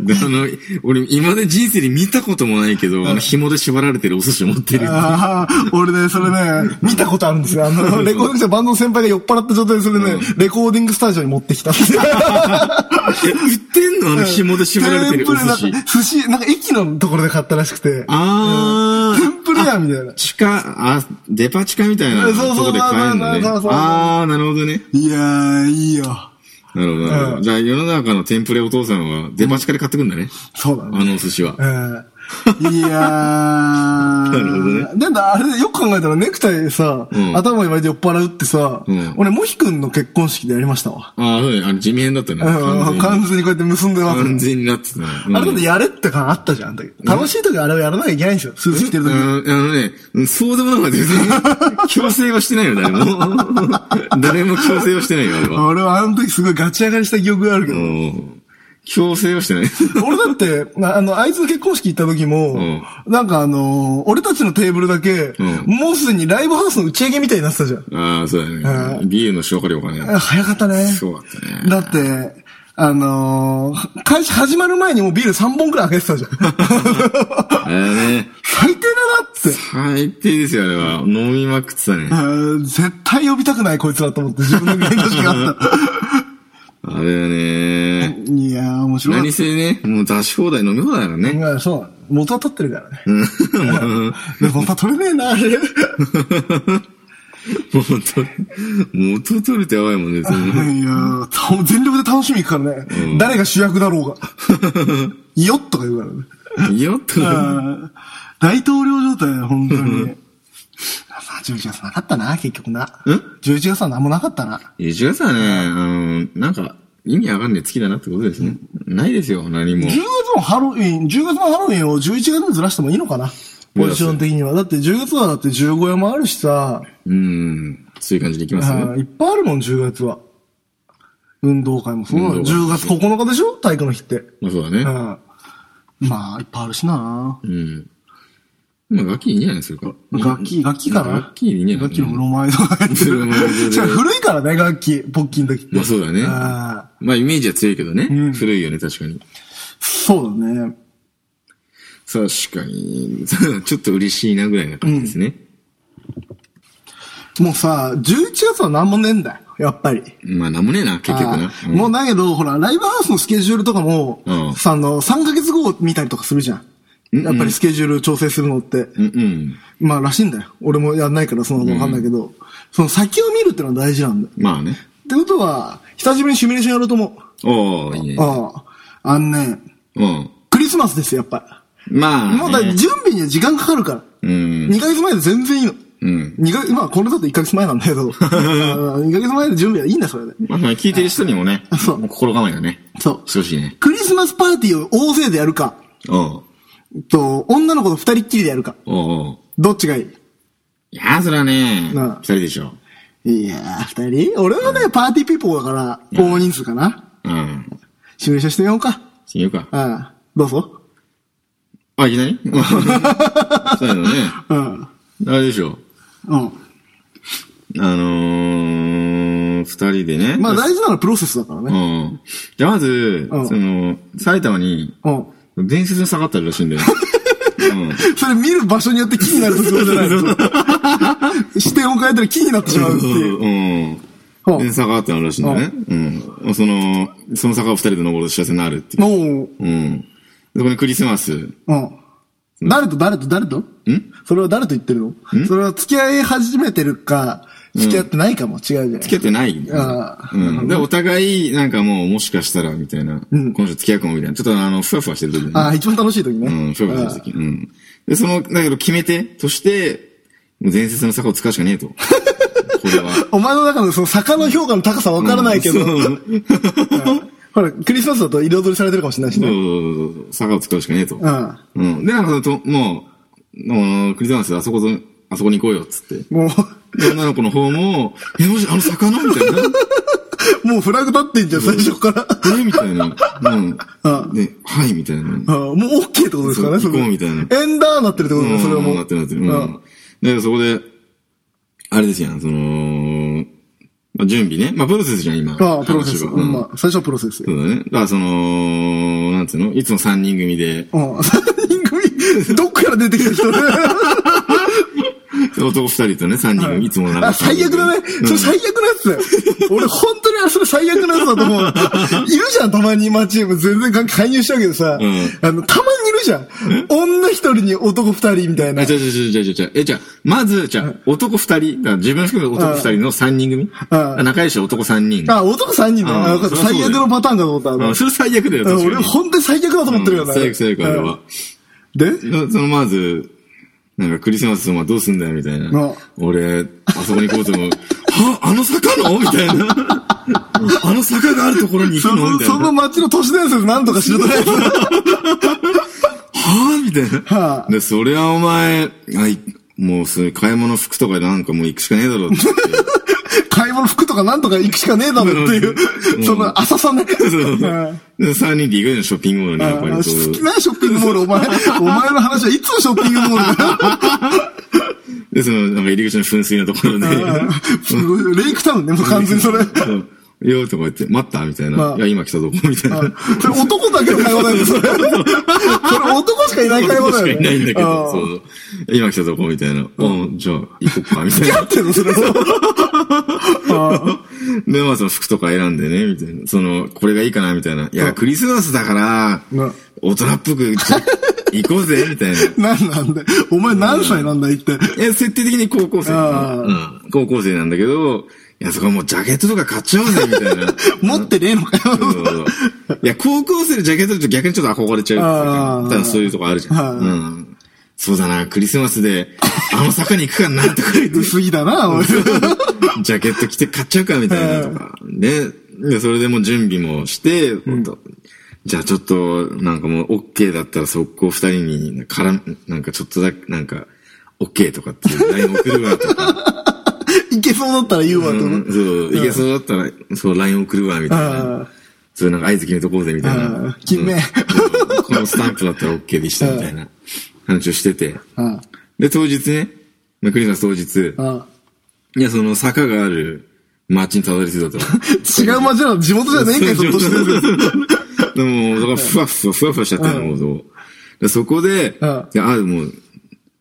Speaker 2: であの、俺、今まで人生で見たこともないけど、あの、紐で縛られてるお寿司持って る。
Speaker 1: ああ、俺ね、それね、見たことあるんですよ。あの、レコーディングしたバンドの先輩が酔っ払った状態でそれね、レコーディングスタジオに持ってきたんです よ。
Speaker 2: え、売ってんのあの、紐で縛られてるお寿
Speaker 1: テンプレ
Speaker 2: 司
Speaker 1: なん。か寿司、なんか駅のところで買ったらしくて、
Speaker 2: あ
Speaker 1: テ
Speaker 2: あ、
Speaker 1: ンプレやみたいな。
Speaker 2: 地下、あ、デパ地下みたいな
Speaker 1: そう
Speaker 2: と
Speaker 1: そう
Speaker 2: こで買えるのね。
Speaker 1: そうそうそうそう
Speaker 2: ああ、なるほどね。
Speaker 1: いやー、いいよ。
Speaker 2: なるほどなるほ
Speaker 1: う
Speaker 2: ど。
Speaker 1: ん
Speaker 2: じゃあ、世の中のテンプレお父さんは、デパ地下で買ってくんだね。
Speaker 1: そうだね。
Speaker 2: あのお寿司は。
Speaker 1: うんいやー。 な
Speaker 2: るほど
Speaker 1: ね。だってあれ、よく考えたらネクタイさ、
Speaker 2: うん
Speaker 1: 頭に巻いて酔っ払うってさ、
Speaker 2: うん
Speaker 1: 俺、モヒ君の結婚式でやりましたわ。
Speaker 2: ああ、そうだね。あの、地味編だったね。
Speaker 1: うん、
Speaker 2: 完
Speaker 1: 完全にこうやって結んでます、
Speaker 2: 全に完全になってたね。うん
Speaker 1: あれだってやれって感あったじゃん。だけど楽しい時はあれをやらなきゃいけないんですよ。スーツ着てる時に。
Speaker 2: うんあのね、うんそうでもなかったですね。 強制はしてないよ、誰も。誰も強制はしてないよ、あれは。
Speaker 1: 俺はあの時すごいガチ上がりした記憶があるけ
Speaker 2: う
Speaker 1: ど。
Speaker 2: ん強制はしてない。
Speaker 1: 俺だって、 なあの、あいつの結婚式行った時も、
Speaker 2: ん
Speaker 1: なんかあのー俺たちのテーブルだけ、
Speaker 2: ん
Speaker 1: もうすでにライブハウスの打ち上げみたいになってたじゃん。
Speaker 2: ああ、そうだね。ビールの消化量がね。
Speaker 1: あ早かったね。
Speaker 2: そうだったね。
Speaker 1: だって、あのー、開始始まる前にもうビール3本くらい開けてたじ ゃん。
Speaker 2: あれね、
Speaker 1: 最低だなって。
Speaker 2: 最低ですよ、あれは。飲みまくってたね
Speaker 1: あ。ー絶対呼びたくないこいつだと思って自分の現実があ った。
Speaker 2: あれはね、
Speaker 1: いやー、面白かっ
Speaker 2: 何せね、もう出し放題飲み放題だから
Speaker 1: た。
Speaker 2: ね。
Speaker 1: まあ、そうなの。元は取ってるからね。でも本当は取れねえな、あれ。
Speaker 2: もうと、元取れてやばいもんね、その
Speaker 1: いやーた全力で楽しみ行くからね。誰が主役だろ うが。よっとか言うからね。
Speaker 2: いや、と。
Speaker 1: あー大統領状態だよ、本当に。まあ、11月なかったな、結局な。ん ?11 月は何もなかったな。
Speaker 2: 1月はね、あの、なんか、意味わかんない月だなってことですね。ないですよ、何も
Speaker 1: 10。月のハロウィン、10月のハロウィンを11月にずらしてもいいのかなポジション的には。だって10月はだって15夜もあるしさ、
Speaker 2: うん。そういう感じでいきます
Speaker 1: あ
Speaker 2: ね。
Speaker 1: ーいっぱいあるもん、10月は。運動会もそうなの。
Speaker 2: 運動
Speaker 1: 10
Speaker 2: 会
Speaker 1: 月9日でしょ体育の日って。
Speaker 2: まあそうだ
Speaker 1: う
Speaker 2: ね。
Speaker 1: ん。まあ、いっぱいあるしな
Speaker 2: うん。まあ、楽器いいんじゃないですか。
Speaker 1: 楽器、楽器かな
Speaker 2: 楽器いいんじゃない
Speaker 1: 楽器のブロマイドが入って
Speaker 2: ブロマイド
Speaker 1: る。
Speaker 2: で
Speaker 1: しかも 古いからね、楽器、ポッキンの時って。
Speaker 2: まあそうだね。
Speaker 1: あ
Speaker 2: まあイメージは強いけどね。古いよね、確かに。
Speaker 1: そうだね。
Speaker 2: 確かに。 ちょっと嬉しいなぐらいな感じですね。
Speaker 1: もうさ、11月は何もねえんだよ、やっぱり。
Speaker 2: まあなんもねえな、結局な
Speaker 1: あ。ーも
Speaker 2: う
Speaker 1: うんだけど、ほら、ライブハウスのスケジュールとかも、
Speaker 2: うん
Speaker 1: さあの、3ヶ月後を見たりとかするじゃん。やっぱりスケジュール調整するのって、
Speaker 2: うんうん。
Speaker 1: まあらしいんだよ。俺もやんないからそのわかんないけど、その先を見るってのは大事なんだよ。
Speaker 2: まあね。
Speaker 1: ってことは、久しぶりにシミュレーションやろうと思う。
Speaker 2: おー、いいね。
Speaker 1: ああ。あのね、
Speaker 2: うん。
Speaker 1: クリスマスですよ、やっぱ
Speaker 2: まあ
Speaker 1: り。
Speaker 2: ね。
Speaker 1: もうだ、準備には時間かかるから。
Speaker 2: うん。
Speaker 1: 2ヶ月前で全然いいの。
Speaker 2: うん。
Speaker 1: 二ヶ月、まあこれだと1ヶ月前なんだけど、2ヶ月前で準備はいいんだ、それで。
Speaker 2: まあまあ聞いてる人にもね
Speaker 1: あそう、
Speaker 2: 心構えがね、
Speaker 1: そう。
Speaker 2: してほしいね。
Speaker 1: クリスマスパーティーを大勢でやるか、
Speaker 2: おう
Speaker 1: と、女の子と二人っきりでやるか、
Speaker 2: おうおう
Speaker 1: どっちがいい
Speaker 2: いやー、それはね、
Speaker 1: うん
Speaker 2: 二人でしょ。
Speaker 1: いやー、二人俺はね、パーティーピーポーだから、大人数かな。
Speaker 2: うん。
Speaker 1: シミュレーションしてみようか。
Speaker 2: 親友か。
Speaker 1: ああ、どうぞ。
Speaker 2: あ、いきな りそうやのね。
Speaker 1: うん。
Speaker 2: あれでしょ。
Speaker 1: うん。
Speaker 2: あのー、二人でね。
Speaker 1: まあ大事なのはプロセスだから
Speaker 2: う
Speaker 1: ね。
Speaker 2: ん。じゃあまず、
Speaker 1: うん
Speaker 2: その、埼玉に、
Speaker 1: うん。
Speaker 2: 伝説の下がってあるらしい んだよ。
Speaker 1: それ見る場所によって気になるところじゃないの 視点を変えたら気になってしまうっていう。
Speaker 2: うん。
Speaker 1: うん
Speaker 2: で、坂があってあるらしいんだね。うん。その、その坂を二人で登ると幸せになるっていう。
Speaker 1: もう、
Speaker 2: うん。でそこにクリスマス。ん
Speaker 1: うん。誰と誰と誰とそれは誰と言ってるのそれは付き合い始めてるか、付き合ってないかも違うじゃない
Speaker 2: 付き合ってないんだよ
Speaker 1: あ。
Speaker 2: うん。で、お互い、なんかもう、もしかしたら、みたいな。
Speaker 1: うん
Speaker 2: この人付き合うかも、みたいな。ちょっとあの、ふわふわしてる時にね。
Speaker 1: ああ、一番楽しい時ね。
Speaker 2: うん、ふわふわし
Speaker 1: あ
Speaker 2: てる時。うん。で、その、だけど決め手として、もう伝説の坂を使うしかね えと。これは。
Speaker 1: あお前の中のその坂の評価の高さわからないけど、
Speaker 2: そう
Speaker 1: ほら、クリスマスだと彩りされてるかもしれないし
Speaker 2: そう
Speaker 1: ね。
Speaker 2: そうそう坂を使うしかねえと。
Speaker 1: うん。
Speaker 2: うん。で、なんかそのと、もう、もうクリスマスあそこと、あそこに行こうよ、っつって。
Speaker 1: も
Speaker 2: で女の子の方も、え、もし、あの魚みたいな。
Speaker 1: う、もうフラグ立ってんじゃん、最初から。
Speaker 2: えみたいな。うん。
Speaker 1: あ
Speaker 2: で、はい、みたいな。
Speaker 1: あもう OK ってことですからね、
Speaker 2: そう
Speaker 1: れ
Speaker 2: 行こうみたいな
Speaker 1: エンダーなってるってことだよ、それはもう。
Speaker 2: なってるなってる。
Speaker 1: う
Speaker 2: うんん。で、そこで、あれですやん、その、まあ、準備ね。まあ、プロセスじゃん、今。
Speaker 1: ああ、プロセス。
Speaker 2: 話は
Speaker 1: う、
Speaker 2: うんん。
Speaker 1: まあ、最初はプロセスよ。
Speaker 2: そうだね。だから、その、なんつうのいつも3人組で、
Speaker 1: うん。 三人組、どっから出てきた人ね。
Speaker 2: 男2人とね、3人組、 いつもなんか
Speaker 1: あ、最悪だね。それ最悪なやつだよ。俺、本当にあれ、それ最悪なやつだと思う。 いるじゃん、たまに今チーム全然関係介入しちゃうけどさ。
Speaker 2: うん
Speaker 1: あの、たまにいるじゃん。女一人に男二人みたいな。
Speaker 2: あ、じゃじゃじゃじゃじゃえ、じゃあまず、じゃあ男二人、だから自分含め男二人の三人組。
Speaker 1: うん
Speaker 2: 仲良し男三人。
Speaker 1: あ、男三人だよ。
Speaker 2: うん
Speaker 1: あよかった
Speaker 2: そりゃそう
Speaker 1: 最
Speaker 2: だよ
Speaker 1: 悪のパターンかと思ったあ
Speaker 2: う
Speaker 1: の
Speaker 2: ん。。それ最悪だよ、確かに
Speaker 1: 俺、本当に最悪だと思ってるよ
Speaker 2: うん
Speaker 1: な。
Speaker 2: 最悪、最悪、あれは。
Speaker 1: うん。で
Speaker 2: その、まず、なんかクリスマスはどうすんだよ、みたい
Speaker 1: うん
Speaker 2: な。俺、あそこに行こうと思う。 はあの坂のみたいな。 あの坂があるところに行
Speaker 1: そ
Speaker 2: くのみ
Speaker 1: の、
Speaker 2: たいな。
Speaker 1: その
Speaker 2: は
Speaker 1: 街の都市伝説なんとかしろとね。
Speaker 2: あみたい
Speaker 1: は
Speaker 2: な。
Speaker 1: あ
Speaker 2: で、そりゃお前、あいもう、そういう買い物服とかなんかもう行くしかねえだろって言って。
Speaker 1: 買い物服とかなんとか行くしかねえだろっていうう、
Speaker 2: ん
Speaker 1: その浅さね。 うん
Speaker 2: で、三人で行くよね、ショッピングモールに、やっぱり
Speaker 1: 好
Speaker 2: こう
Speaker 1: きなショッピングモール、 お前、お前の話はいつのショッピングモールだよ。
Speaker 2: で、その、なんか入り口の噴水のところ で、
Speaker 1: うんレイクタウンね、もう完全にそれ。
Speaker 2: うんよーとか言って、待ったみたい
Speaker 1: まあ
Speaker 2: な。いや、今来たとこみたいな。
Speaker 1: それ男だけの会話だよね、それ。それ男しかいない会話
Speaker 2: 男し
Speaker 1: だよ
Speaker 2: かい
Speaker 1: ね。
Speaker 2: ないんだけ
Speaker 1: う
Speaker 2: ど、
Speaker 1: ん
Speaker 2: そう。今来たとこみたいな。うん、じゃあ、行こっか、みたい
Speaker 1: や
Speaker 2: な
Speaker 1: っ。てるの、それ。あ
Speaker 2: で、まあ、その服とか選んでね、みたいな。その、これがいいかな、みたいな。いや、クリスマスだから
Speaker 1: うん、
Speaker 2: 大人っぽく、ちょ行こうぜ、みたい な。
Speaker 1: あなんなんだよお前何歳なんだいって。
Speaker 2: え、設定的に高校生
Speaker 1: あ
Speaker 2: なの。うん。高校生なんだけど、いや、そこはもうジャケットとか買っちゃおうぜ、みたいな。
Speaker 1: 持ってねえのか
Speaker 2: そう
Speaker 1: よ。
Speaker 2: そうそういや、高校生のジャケットだと逆にちょっと憧れちゃ
Speaker 1: あ
Speaker 2: う
Speaker 1: ー
Speaker 2: ただそういうとこあるじゃ
Speaker 1: はい
Speaker 2: ん。うん。そうだな、クリスマスで、あの坂に行くかな、とか言って、
Speaker 1: 薄着だな、おい
Speaker 2: ジャケット着て買っちゃうか、みたいなとか。で、でそれでもう準備もして、ほんとじゃあちょっと、なんかもう、オッケーだったら速攻二人に、からん、なんかちょっとだけ、なんか、オッケーとかっていう LINE 送るわ、とか。
Speaker 1: いけそうだったら 言うわ、と
Speaker 2: う
Speaker 1: 思
Speaker 2: んそう、いけそうだったら、そう、LINE 送るわ、みたい
Speaker 1: あー
Speaker 2: な。そういうなんか合図決めとこうぜ、みた
Speaker 1: あ
Speaker 2: いな
Speaker 1: ー。決め
Speaker 2: うんこのスタンプだったら OK でした、みた いな話をしてて。
Speaker 1: うん
Speaker 2: で、当日ね、まあクリスマス当日、
Speaker 1: うん
Speaker 2: いや、その坂がある街にたどり着いたと。
Speaker 1: 違う街なの、地元じゃねえかよ、その都市伝説。
Speaker 2: でも、だからふわふわ、ふわふわしちゃったの、そうでそこで、で
Speaker 1: うん
Speaker 2: あ、もう、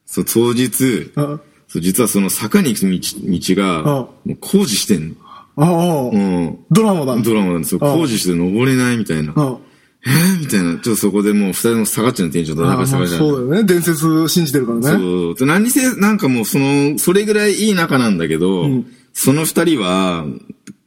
Speaker 2: そう、当日、
Speaker 1: うん
Speaker 2: そう実はその坂に行く道道が、もう工事してんの。
Speaker 1: ああ
Speaker 2: うん。
Speaker 1: ドラマだ。
Speaker 2: ドラマなんですよ。
Speaker 1: うん
Speaker 2: 工事して登れないみたいな。
Speaker 1: うん
Speaker 2: えーみたいな。ちょっとそこでもう二人の下がっちゃうのテンションと
Speaker 1: あ
Speaker 2: 中
Speaker 1: あ
Speaker 2: 下
Speaker 1: そ
Speaker 2: がっ
Speaker 1: う
Speaker 2: ち
Speaker 1: だ
Speaker 2: ゃう。
Speaker 1: よね。伝説を信じてるからね。
Speaker 2: そう。で何せ、なんかもうその、それぐらいいい仲なんだけど、その二人は、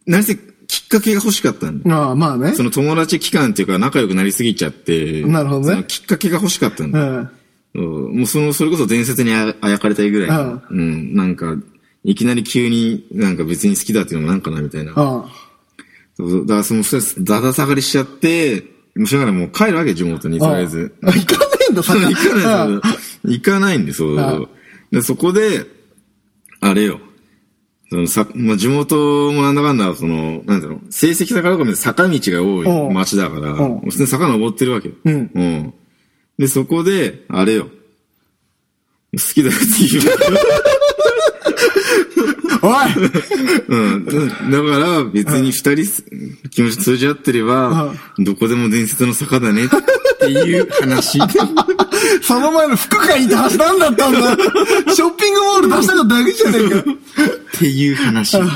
Speaker 2: 何せきっかけが欲しかったんだよ。
Speaker 1: ああ、まあね
Speaker 2: そ。の友達期間っていうか仲良くなりすぎちゃって、
Speaker 1: なるほどね
Speaker 2: そのきっかけが欲しかったん
Speaker 1: う
Speaker 2: だよ。
Speaker 1: ん。
Speaker 2: うんもうその、それこそ伝説にああやかれたいぐらいの。
Speaker 1: うん
Speaker 2: うん。なんか、いきなり急になんか別に好きだっていうのもなんかなみたいな。
Speaker 1: あ
Speaker 2: そうそうだからその二人、だだ下がりしちゃって、もうしょうがない、もう帰るわけ、地元に、
Speaker 1: あ。
Speaker 2: とりあえず。
Speaker 1: あ行かねえんだ、
Speaker 2: そ
Speaker 1: 坂
Speaker 2: う行かないん
Speaker 1: ああ
Speaker 2: ですよ。行かないんですよ。
Speaker 1: あ
Speaker 2: そうで、そこで、あれよ。そのさ、まあ、地元もなんだかんだ、その、なんていうの、成績高とか見て坂道が多
Speaker 1: うん
Speaker 2: い町だから、
Speaker 1: うん
Speaker 2: 普通に坂登ってるわけよ。
Speaker 1: うん
Speaker 2: うん。で、そこで、あれよ。好きだよって言う。
Speaker 1: おい
Speaker 2: うん。だから、別に二人、気持ち通じ合ってれば、どこでも伝説の坂だねっていう 話。
Speaker 1: その前の服買いに出したんだったんだショッピングモール出したかっただけじゃね
Speaker 2: っていう話。
Speaker 1: えか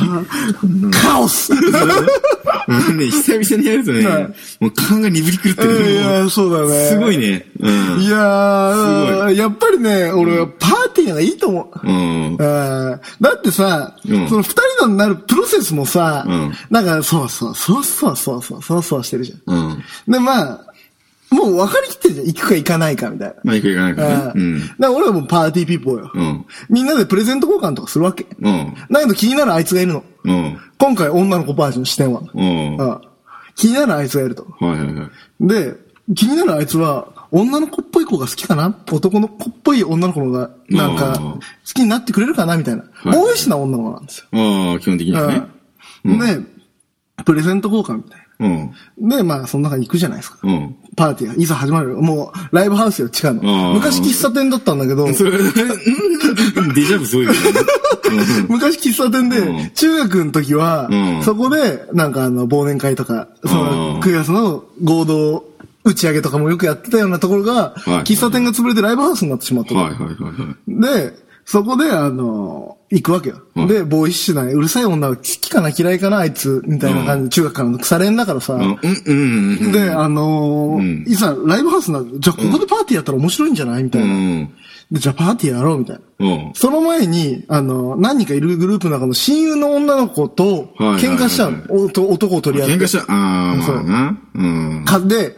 Speaker 1: カオスい
Speaker 2: うんね、久々にやるとね、
Speaker 1: はい
Speaker 2: もう勘が鈍り狂ってる。
Speaker 1: や、そうだよね。
Speaker 2: すごい。ね。うん。
Speaker 1: いや
Speaker 2: す
Speaker 1: ー、やっぱりね、俺はパーティーの方がいいと思う。
Speaker 2: う
Speaker 1: あ
Speaker 2: ん。
Speaker 1: ーだってさ、
Speaker 2: うん
Speaker 1: その二人のなるプロセスもさ、
Speaker 2: うん
Speaker 1: なんか、そうそう、そうそうそうそう、そうそうしてるじゃん。
Speaker 2: うん。
Speaker 1: で、まあ、もう分かりきってるじゃん。行くか行かないかみたいな。
Speaker 2: まあ、いくいかない
Speaker 1: あ
Speaker 2: か
Speaker 1: ー
Speaker 2: ね。うん
Speaker 1: だ。から俺はもうパーティーピーポーよ、
Speaker 2: うん
Speaker 1: みんなでプレゼント交換とかするわけ。
Speaker 2: うん。
Speaker 1: だけど気になるあいつがいるの。
Speaker 2: うん。
Speaker 1: 今回女の子バージョン視点は。
Speaker 2: うん。は
Speaker 1: ああ気になるあいつがいると。
Speaker 2: いはいはい。
Speaker 1: で、気になるあいつは、女の子っぽい子が好きかな男の子っぽい女の子の方が、なん
Speaker 2: あ
Speaker 1: か、
Speaker 2: ー
Speaker 1: 好きになってくれるかなみたいな。
Speaker 2: い
Speaker 1: 大石な女の子なんですよ。
Speaker 2: ああ、基本的にはね。
Speaker 1: うんで、プレゼント交換みたい
Speaker 2: うん。
Speaker 1: な。で、まあ、その中に行くじゃないですか。
Speaker 2: うん。
Speaker 1: パーティーが、いざ始まるよ。もう、ライブハウスよ、近い
Speaker 2: あ
Speaker 1: の。
Speaker 2: ー
Speaker 1: 昔喫茶店だったんだけど、
Speaker 2: それ、うんデジャブすごいよね。
Speaker 1: 昔喫茶店
Speaker 2: う
Speaker 1: で
Speaker 2: ん、
Speaker 1: 中学の時は
Speaker 2: う、ん
Speaker 1: そこで、なんかあの、忘年会とか、そ
Speaker 2: うん
Speaker 1: の、クラスの合同打ち上げとかもよくやってたようなところが、
Speaker 2: はい
Speaker 1: 喫茶店が潰れてライブハウスになってしまった
Speaker 2: うん
Speaker 1: の。
Speaker 2: はいはいはいはい。
Speaker 1: で、そこで、あの、行くわけよ。
Speaker 2: うん
Speaker 1: で、ボーイッシュな、うるさい女は好きかな嫌いかなあいつ、みたいな感じで、中学からの腐れんだからさ、
Speaker 2: うん、うん、うん。
Speaker 1: で、あのー
Speaker 2: うん
Speaker 1: いざライブハウスなんで、じゃあここでパーティーやったら面白いんじゃないみた
Speaker 2: う
Speaker 1: いな、
Speaker 2: ん。
Speaker 1: で。じゃあパーティーやろうみたいな。
Speaker 2: うん。
Speaker 1: その前に、あのー何人かいるグループの中の親友の女の子と
Speaker 2: はいはいは
Speaker 1: 喧
Speaker 2: い
Speaker 1: 嘩しちゃうの、おと男を取り合って。
Speaker 2: 喧嘩しちゃ、ああ、まあな。うん。
Speaker 1: かで、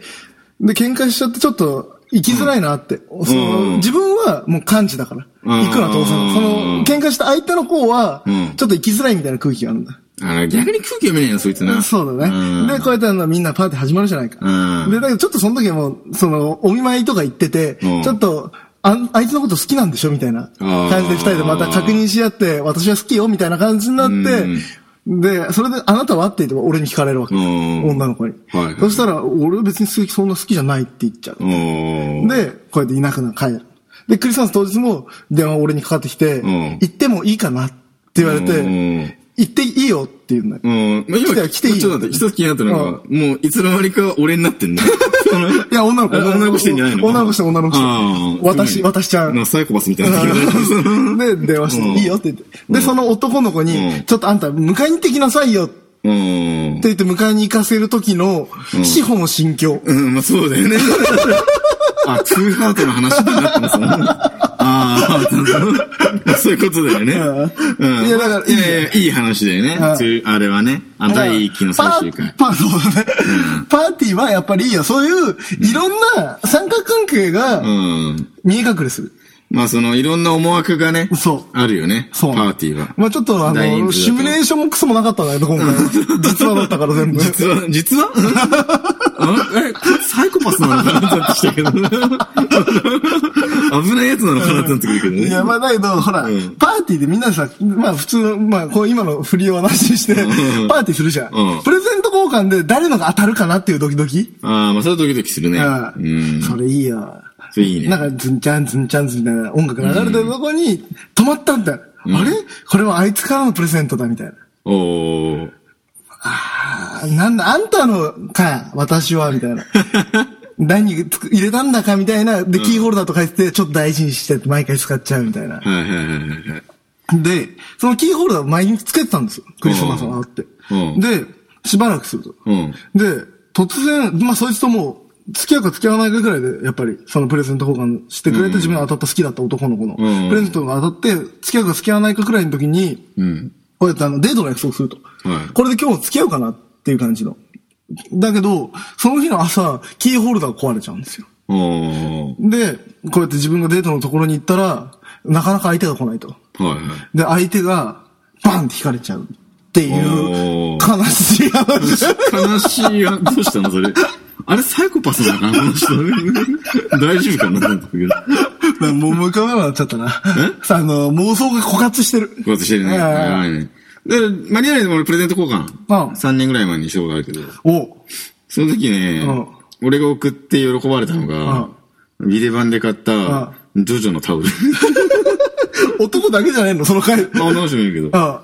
Speaker 1: で、喧嘩しちゃってちょっと、生きづらいなって。その
Speaker 2: うん
Speaker 1: 自分はもう幹事だから。
Speaker 2: うん
Speaker 1: 行くのは当然。その、喧嘩した相手の方は
Speaker 2: うん、
Speaker 1: ちょっと生きづらいみたいな空気があるんだ。
Speaker 2: あー逆に空気読めねえよ、そいつな。
Speaker 1: そうだ
Speaker 2: うん
Speaker 1: ね。で、こうやってあのみんなパーティー始まるじゃないか。
Speaker 2: うん
Speaker 1: で、だけどちょっとその時はもう、その、お見舞いとか行ってて、
Speaker 2: うん
Speaker 1: ちょっと、あん、あいつのこと好きなんでしょみたいな感じで
Speaker 2: あー
Speaker 1: 二人でまた確認し合って、私は好きよみたいな感じになって、で、それで、あなたはって言っても俺に聞かれるわけ。
Speaker 2: うん
Speaker 1: 女の子に
Speaker 2: はいはい。
Speaker 1: そしたら、俺は別に好き、そんな好きじゃないって言っちゃう。
Speaker 2: うん。
Speaker 1: で、こうやっていなくなる、帰る。で、クリスマス当日も電話俺にかかってきて、
Speaker 2: うん
Speaker 1: 行ってもいいかなって言われて、
Speaker 2: うん
Speaker 1: 行っていいよって言うんだよ。
Speaker 2: うん。まあ、
Speaker 1: 来て
Speaker 2: 今、
Speaker 1: よ来ていいよ
Speaker 2: ちょっと待って、一つ気になったのが、もう、いつの間にか俺にな ってんの。その
Speaker 1: いや、女の子。
Speaker 2: 女の子してんじゃないの
Speaker 1: 女の子してん女の子してん
Speaker 2: ああ
Speaker 1: 私、私ちゃ
Speaker 2: な ん
Speaker 1: ん
Speaker 2: か。サイコパスみたいな。
Speaker 1: で、電話し
Speaker 2: うん
Speaker 1: て、いいよって言って。で、その男の子
Speaker 2: う
Speaker 1: に
Speaker 2: ん、
Speaker 1: ちょっとあんた、迎えに行ってきなさいよって
Speaker 2: うん。
Speaker 1: 言って、迎えに行かせる時の、志保の心境。
Speaker 2: うん、まあそうだ よね。あ、ツーハートの話になってますね。ああ、そういうことだよね。うん。
Speaker 1: いやだから
Speaker 2: いやいや、いい話だよね
Speaker 1: はい。
Speaker 2: ツーあれはね。あ第1期の最終回。
Speaker 1: パーパーそうだねパーティーはやっぱりいいよ。そういう、いろんな三角関係
Speaker 2: う
Speaker 1: が
Speaker 2: ん。
Speaker 1: 見え隠れする。
Speaker 2: まあその、いろんな思惑がね。
Speaker 1: そう
Speaker 2: あるよね。
Speaker 1: そう
Speaker 2: パーティーは。
Speaker 1: まあちょっとあ
Speaker 2: 大人
Speaker 1: の、
Speaker 2: 数だと
Speaker 1: シミュレーションもクソもなかったんだけど、今回 は。実話だったから全部。
Speaker 2: 実は、実 はうんうんえ、サイコパスなのかなってなってきたけど。 危ないやつなのかなってなってくるけどね。
Speaker 1: いや、まあだけど、ほら、
Speaker 2: ん
Speaker 1: パーティーでみんなさ、まあ普通、まあこう今の振りを話して、パーティーするじゃん,、
Speaker 2: うん
Speaker 1: プレゼント交換で誰のが当たるかなっていうドキドキ、
Speaker 2: ああ、まあそれはドキドキするね。
Speaker 1: う
Speaker 2: うん。
Speaker 1: それいいよ。
Speaker 2: それいいね。
Speaker 1: なんか、ズンチャンズンチャンズみたいな音楽流れてるとこに止まったんだ。あれこれはあいつからのプレゼントだみたいな。
Speaker 2: おー。
Speaker 1: あなんだ、あんたのか、私は、みたいな。 何つく入れたんだかみたいな。で、キーホルダーとか言って、ちょっと大事にしてって毎回使っちゃうみたいな。
Speaker 2: はいはいはいはいはい。
Speaker 1: で、そのキーホルダーを毎日つけてたんですよ。クリスマスのあって
Speaker 2: うん。
Speaker 1: で、しばらくすると。
Speaker 2: うん。
Speaker 1: で、突然、まあそいつともう、付き合うか付き合わないかぐらいで、やっぱり、そのプレゼント交換してくれて、自分が当たった好きだった男の子の、
Speaker 2: うん
Speaker 1: プレゼントが当たって、付き合うか付き合わないかぐらいの時に、
Speaker 2: うん。
Speaker 1: こうやってあの、デートの約束すると。
Speaker 2: はい
Speaker 1: これで今日も付き合うかなっていう感じの。だけど、その日の朝、キーホルダー壊れちゃうんですよ。
Speaker 2: おー。
Speaker 1: で、こうやって自分がデートのところに行ったら、なかなか相手が来ないと。
Speaker 2: はいはい。
Speaker 1: で、相手が、バンって引かれちゃうっていう、
Speaker 2: おー
Speaker 1: 悲しい 話。
Speaker 2: 悲しいや、どうしたのそれ。あれサイコパスだな、この人。 大丈夫かななんて言うけど
Speaker 1: もう向かうようになっちゃったな。あの、妄想が枯渇してる。
Speaker 2: こうやってしてるね。
Speaker 1: ええ
Speaker 2: やばいね。だから、間に合わないでも俺プレゼント交換。
Speaker 1: うん
Speaker 2: 3年ぐらい前にしたことあるけど。
Speaker 1: お
Speaker 2: その時ね、俺が送って喜ばれたのが、ビデ版で買った、
Speaker 1: あ
Speaker 2: ジョジョのタオ ル。
Speaker 1: 男だけじゃねえのその回。
Speaker 2: まあ、女の人もいるけど。
Speaker 1: ああ。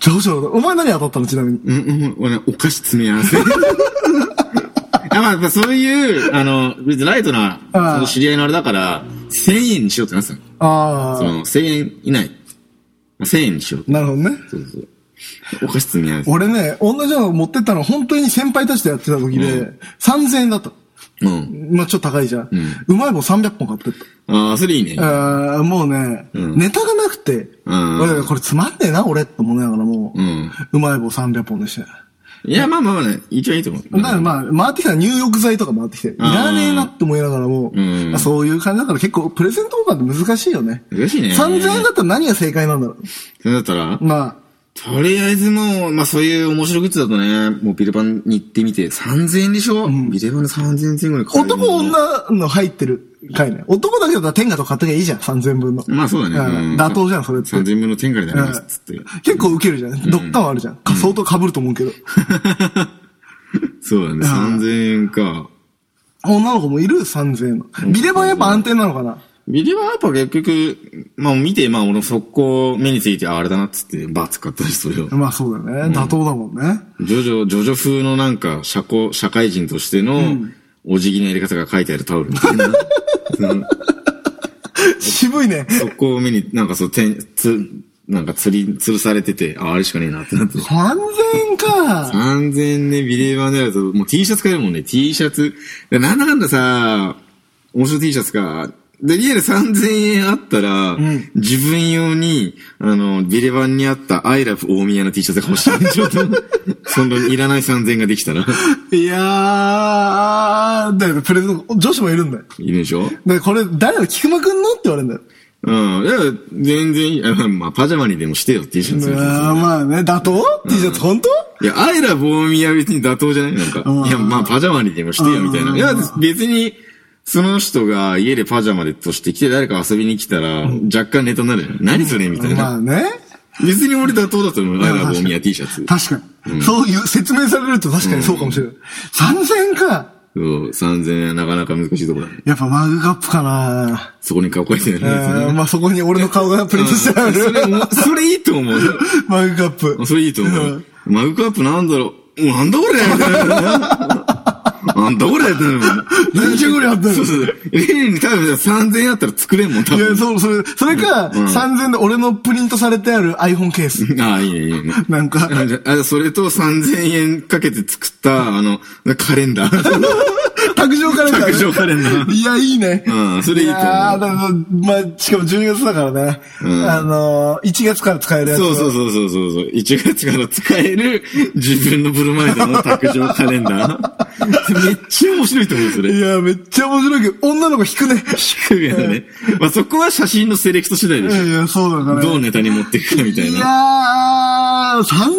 Speaker 1: ジョジョ、お前何当たったのちなみに。
Speaker 2: うん、うん、俺、お菓子詰め合 わせ。あまあ、やっぱそういう、あの、別にライトな、そ
Speaker 1: あ
Speaker 2: の知り合いのあれだから、1000円にしようってなってたの。
Speaker 1: あ
Speaker 2: そ
Speaker 1: あ。
Speaker 2: の、1000円以内。まあ1000円にしよう。
Speaker 1: なるほどね。
Speaker 2: そうそう。お菓子詰め合わせ。
Speaker 1: 俺ね、同じの持ってったの本当に先輩たちとやってた時で、3000円だった。
Speaker 2: うん。
Speaker 1: まあちょっと高いじゃん。うまい棒300本買ってった。
Speaker 2: ああ、それいいね。
Speaker 1: あーもうね、
Speaker 2: うん
Speaker 1: ネタがなくて、
Speaker 2: うん
Speaker 1: 俺これつまんねえな、俺、と思いながらもう、
Speaker 2: うん
Speaker 1: まい棒300本でしたよ。
Speaker 2: いや、まあまあまあね、一応いいと思う。
Speaker 1: だからまあ、回ってきたら入浴剤とか回ってきて、いらねえなって思いながらも、
Speaker 2: うん
Speaker 1: そういう感じだから結構プレゼント交換って難しいよね。
Speaker 2: 難しいね。
Speaker 1: 3000円だったら何が正解なんだろ
Speaker 2: それだったら
Speaker 1: う。ま
Speaker 2: とりあえずもう、まあそういう面白いグッズだとね、もうビレバンに行ってみて、3000円でしょ、ビレバンで3000円前後で
Speaker 1: あ、
Speaker 2: 買える
Speaker 1: 男女の入ってる回ね。男だけだったら天下とか買っときゃいいじゃん、3000分の。
Speaker 2: まあそうだね。
Speaker 1: ん
Speaker 2: うん
Speaker 1: 妥当じゃん、それって。
Speaker 2: 3000円分の天下になります、つって
Speaker 1: う。ん結構ウケるじゃん。どっかはあるじゃん。仮想と被ると思うけど。
Speaker 2: そうだね、3000円か。
Speaker 1: 女の子もいる ?3000 円の。ビレバンやっぱ安定なのかな
Speaker 2: ビレバンはやっぱ結局、まあ見て、まあ俺速攻目について、あ、あれだな、つって、バーツ買ったりそれを。
Speaker 1: まあそうだよね。妥当だもんね。
Speaker 2: ジョジョ、ジョジョ風のなんか、社交、社会人としての、お辞儀のやり方が書いてあるタオ ルみたいな。
Speaker 1: 渋いね。
Speaker 2: そこを目に、なんかそう、てん、つ、なんか釣り、吊るされてて、あ、あれしかねえなってなって。
Speaker 1: 3000円か。
Speaker 2: 3000円でビレーバーでやると、もう T シャツ買えるもんね。T シャツ。でなんだかんださ、面白い T シャツか。で、リアル3000円あったら、自分用に、あの、ビレバンにあったアイラフ大宮の T シャツが欲しい。ちょっと、 その、いらない3000円ができたら、
Speaker 1: いやー、だよね、プレゼント、女子もいるんだよ。
Speaker 2: いいでしょ
Speaker 1: で、これ、誰の菊間くんのって言われるんだよ。
Speaker 2: うん。いや、全然いい、あまあ、パジャマにでもしてよ、T シャツ。
Speaker 1: あーまあね、妥当 ?T シャツ本当
Speaker 2: いや、アイラ棒見は別に妥当じゃないなんか。
Speaker 1: うん
Speaker 2: いや、まあ、パジャマにでもしてよ、みたいな。いや、別に、その人が家でパジャマでとして来て誰か遊びに来たら、若干ネタになるじゃん。何それみたい
Speaker 1: ま
Speaker 2: な。
Speaker 1: あね。
Speaker 2: 別に俺妥当だと思う。アイラ棒
Speaker 1: 確か
Speaker 2: 見
Speaker 1: に
Speaker 2: は T シャツ。
Speaker 1: 確かに。そういう、説明されると確かにそうかもしれない。3000円か。
Speaker 2: そう、3000円なかなか難しいところだね。
Speaker 1: やっぱマグカップかな
Speaker 2: そこに顔書いてある
Speaker 1: えー
Speaker 2: や
Speaker 1: まあそこに俺の顔がプリントしてあ
Speaker 2: つね。それ
Speaker 1: る。
Speaker 2: も、それいいと思う。
Speaker 1: マグカップ。
Speaker 2: それいいと思
Speaker 1: ん
Speaker 2: う。マグカップなんだろうなんだこれみたい な。なんだこれってなるもん
Speaker 1: 何じゃこりゃあったの
Speaker 2: そうそうそう。レーに多分3000円あったら作れんもん、多
Speaker 1: いや、
Speaker 2: 分。
Speaker 1: そう、それ、それか、3000で俺のプリントされてある iPhone ケース。
Speaker 2: ああ、いいね、いいね。
Speaker 1: なんか、
Speaker 2: あじゃあ、それと3000円かけて作った、あの、カレンダー。
Speaker 1: 卓上カレンダーね。
Speaker 2: 卓上カレンダー
Speaker 1: いや、いいね。
Speaker 2: うんそれいいと思う
Speaker 1: やーだからまあ、しかも12月だからね。
Speaker 2: ん
Speaker 1: あのー、1月から使えるやつ。
Speaker 2: そうそう
Speaker 1: う。
Speaker 2: そうそうそうそう。1月から使える自分のブルマイドの卓上カレンダー。めっちゃ面白いと思う、それ。
Speaker 1: いや、めっちゃ面白いけど、女の子引くね。
Speaker 2: 低いよね。まあ、そこは写真のセレクト次第で
Speaker 1: い
Speaker 2: し
Speaker 1: や
Speaker 2: ょ。
Speaker 1: いや、そうだから。
Speaker 2: どうネタに持っていくかみたい
Speaker 1: いや
Speaker 2: な。
Speaker 1: ー、3000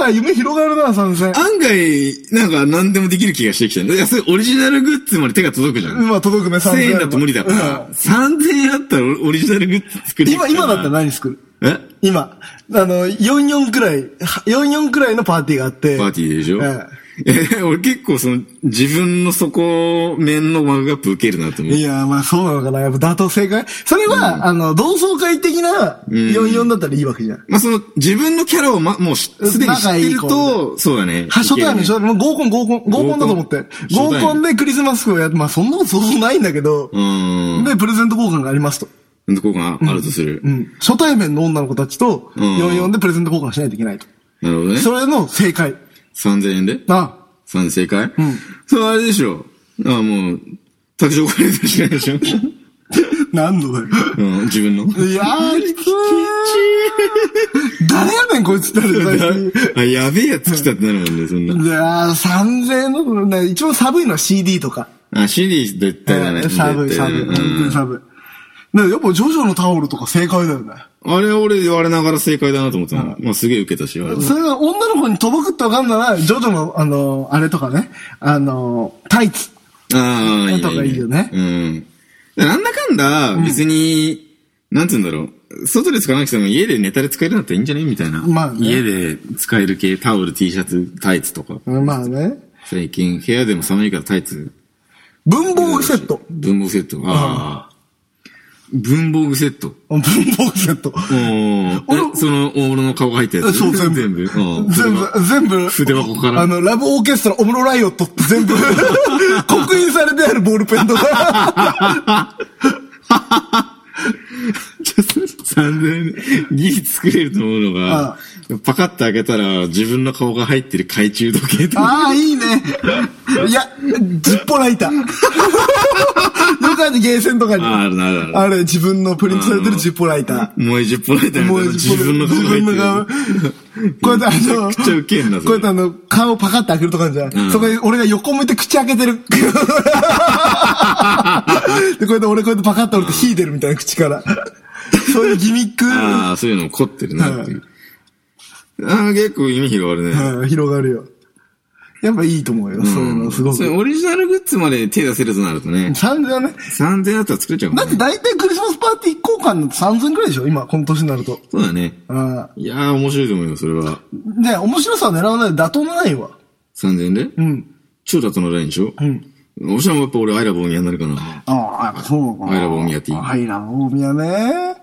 Speaker 1: 円か。夢広がるな、3000
Speaker 2: 案外、なんか何でもできる気がしてきたね。だからそれオリジナルグッズまで手が届くじゃん。
Speaker 1: まあ、届くね、3000
Speaker 2: 1000
Speaker 1: 円。
Speaker 2: 円だと無理だから。3000円あったらオリジナルグッズ作
Speaker 1: うん
Speaker 2: り
Speaker 1: 今、今だったら何作る
Speaker 2: え
Speaker 1: 今、あの、44くらい、は44くらいのパーティーがあって。
Speaker 2: パーティーでしょ
Speaker 1: え
Speaker 2: え、俺結構その、自分の底面のマグカップ受けるなと思う。
Speaker 1: いや、まあそうなのかな。やっぱ妥当正解それは、あの、同窓会的な44だったらいいわけじゃん。
Speaker 2: まあ、その、自分のキャラをま、もうしすでに知ってる
Speaker 1: 仲いい子
Speaker 2: と、そうだね。
Speaker 1: は、初対面でし
Speaker 2: い
Speaker 1: ょもう合コン、合コン、合コンだと思って。
Speaker 2: 合コ
Speaker 1: 合
Speaker 2: ン
Speaker 1: コンでクリスマスをやって、まあそんなことそうそうないんだけど
Speaker 2: け、るね
Speaker 1: で、プレゼント交換がありますと。
Speaker 2: うん。どこがあるとする。
Speaker 1: うん。初対面の女の子たちと
Speaker 2: うん
Speaker 1: 44でプレゼント交換しないといけないと。
Speaker 2: なるほどね。
Speaker 1: それの正解。
Speaker 2: 3000円で
Speaker 1: あ、
Speaker 2: 三正解
Speaker 1: ん
Speaker 2: それあれでしょ。ああ、もう、卓上カレンダーしかないで しょ。
Speaker 1: 何度だよ。
Speaker 2: うん、自分の。
Speaker 1: いやー、きつい。誰やねん、こいつってなるよ最近
Speaker 2: あ、やべえやつ来たってなるもんね、そんな。
Speaker 1: いやー、3000円のこのね、一番寒いのは CD とか。
Speaker 2: あ、シリーズ絶対だね。
Speaker 1: 寒い、
Speaker 2: 絶対
Speaker 1: 寒い、本
Speaker 2: だね
Speaker 1: 当に寒い。ね、やっぱジョジョのタオルとか正解だよね。
Speaker 2: うんあれ俺言われながら正解だなと思ったの。まあすげえ受けたし、あれ
Speaker 1: それが女の子に届くってわかんなら、ジョジョの、あの、あれとかね、あの、タイツ。
Speaker 2: ああ、いいね。
Speaker 1: とかいいよね
Speaker 2: うん。なんだかんだ、別に、なんつうんだろう。外で使わなくても家でネタで使えるんだったらいいんじゃねみたいな。
Speaker 1: まあね
Speaker 2: 家で使える系、タオル、T シャツ、タイツとか。
Speaker 1: まあね。
Speaker 2: 最近、部屋でも寒いからタイツ。
Speaker 1: 文房具セット。
Speaker 2: 文房具セット。ああ。文房具セット。
Speaker 1: 文房具セット。
Speaker 2: おーえ、その、俺の顔が入ったやつ。
Speaker 1: そう、全部。
Speaker 2: 全部。うん
Speaker 1: 全部、全部。
Speaker 2: 筆箱から
Speaker 1: あの、ラブオーケストラ、オムロライオットって全 部、刻印されてあるボールペンと か。
Speaker 2: 3000ギリ作れると思うのが、パカッと開けたら自分の顔が入ってる懐中時計とか、
Speaker 1: ああ、いいね。いや、ジッポライ ター。よくあるゲーセンとかに。
Speaker 2: あるなるある
Speaker 1: あれ、自分のプリントされてるジッポライタ
Speaker 2: もう10本ライタ
Speaker 1: ー。
Speaker 2: ーみたいな
Speaker 1: ジッ
Speaker 2: 自
Speaker 1: ポ
Speaker 2: 分の顔が入
Speaker 1: 自
Speaker 2: って
Speaker 1: 分の顔
Speaker 2: る。
Speaker 1: こうやってあの、
Speaker 2: めちゃくちゃウケんなそれ
Speaker 1: こうやってあの、顔パカッて開けるとかあるじゃん。
Speaker 2: ん
Speaker 1: そこに俺が横向いて口開けてる。 で、こうやって俺こうやってパカッて折れて引いてるみたいな口から。そういうギミック、
Speaker 2: ああ、そういうのも凝ってるなっていう。ああ、結構意味広がるね。
Speaker 1: うん広がるよ。やっぱいいと思うよ。そういうの、すご
Speaker 2: それ
Speaker 1: く。
Speaker 2: オリジナルグッズまで手出せるとなるとね、
Speaker 1: 3000だね。
Speaker 2: 3000だったら作れちゃう
Speaker 1: だ
Speaker 2: も
Speaker 1: っ
Speaker 2: ん
Speaker 1: て
Speaker 2: ね。
Speaker 1: 大体クリスマスパーティー交換の3000くらいでしょ今、この年になると。
Speaker 2: そうだね。
Speaker 1: あ
Speaker 2: いやー、面白いと思うよ、それは。
Speaker 1: ーね面白さを狙わないで妥当なラインは。
Speaker 2: 3000で
Speaker 1: うん。
Speaker 2: 超妥当のラインでしょうん。おしゃもやっぱ俺、アイラボン屋になるかな。
Speaker 1: ああ、やっぱそうかな。
Speaker 2: アイラブ大宮ティー
Speaker 1: アイラブ大宮ね。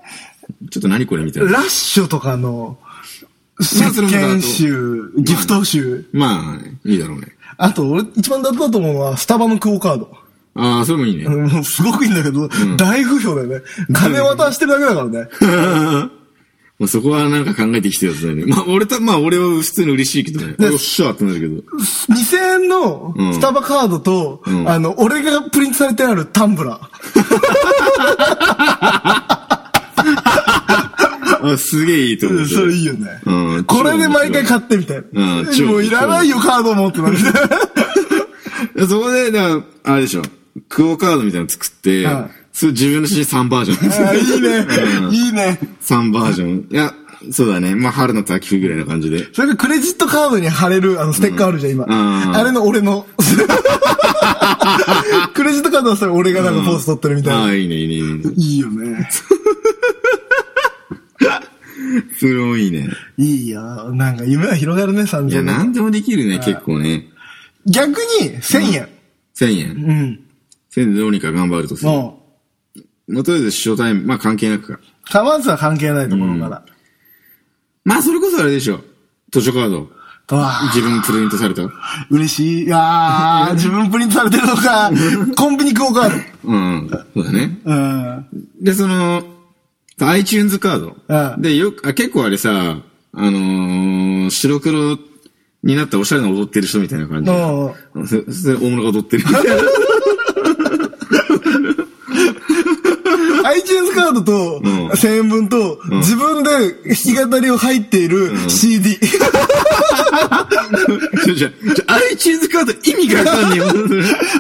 Speaker 2: ちょっと何これみたいな。
Speaker 1: ラッシュとかの、
Speaker 2: まあそ
Speaker 1: 石
Speaker 2: れも妥当
Speaker 1: 鹸集、ギフト集。
Speaker 2: まあ、いいだろうね。
Speaker 1: あと、俺、一番妥当だと思うのは、スタバのクオカード。
Speaker 2: ああ、それもいいね。
Speaker 1: うんすごくいいんだけど、大不評だよね。金渡してるだけだからね。
Speaker 2: まあそこはなんか考えてきてるやつだよね。まあ俺た、まあ俺は普通に嬉しいけどね。よっしゃーってなるけど。
Speaker 1: 2000円の
Speaker 2: うん
Speaker 1: スタバカードと、
Speaker 2: ん
Speaker 1: あの、俺がプリントされてあるタンブラー。
Speaker 2: あ、すげえいいと思
Speaker 1: う
Speaker 2: うんよ。
Speaker 1: それいいよね。
Speaker 2: うん
Speaker 1: これで毎回買ってみたいな。
Speaker 2: うん超
Speaker 1: もういらないよ、カードもってなる。
Speaker 2: そこで、だから、あれでしょ。クオカードみたいなの作って、
Speaker 1: はい
Speaker 2: それ自分の詩3バージ
Speaker 1: あ
Speaker 2: ョ ン。
Speaker 1: いいね。いいね。
Speaker 2: 3バージョン。いや、そうだね。まあ春の秋冬ぐらいな感じで。
Speaker 1: それがクレジットカードに貼れる、あの、ステッカーあるじゃん、今。
Speaker 2: ん
Speaker 1: あれの俺 の。クレジットカードはそれ俺がなんかポーズ取ってるみたい
Speaker 2: あ
Speaker 1: な。
Speaker 2: あ、いいね、いいね、いいね。
Speaker 1: いいよね。
Speaker 2: それもいいね。
Speaker 1: いいよ。なんか夢は広がるね、3000
Speaker 2: いや、なんでもできるね、結構ね。
Speaker 1: 逆に、1000円。
Speaker 2: 1000円。
Speaker 1: うん。
Speaker 2: 1000円でどうにか頑張るとする。
Speaker 1: も
Speaker 2: まあとりあえず、ショータイム、まあ関係なくか。
Speaker 1: う、サマンズは関係ないところから。
Speaker 2: まあそれこそあれでしょ。図書カード。
Speaker 1: とは、
Speaker 2: 自分プリントされた。
Speaker 1: 嬉しい。い やー自分プリントされてるのか、コンビニクオカー
Speaker 2: うん。そうだね。
Speaker 1: ド。うん。
Speaker 2: で、その、iTunes カー
Speaker 1: う
Speaker 2: ド。
Speaker 1: ん
Speaker 2: で、よく、あ、結構あれさ、あのー、白黒になったおしゃれな踊ってる人みたいな感じ。
Speaker 1: うん
Speaker 2: そそれ、大物が踊ってるみたいな。
Speaker 1: iTunes カードと、
Speaker 2: ん
Speaker 1: 1000円分と、自分で弾き語りを入っている CD。
Speaker 2: じゃ、じゃ、じゃ iTunes カード意味がわかんねえよ。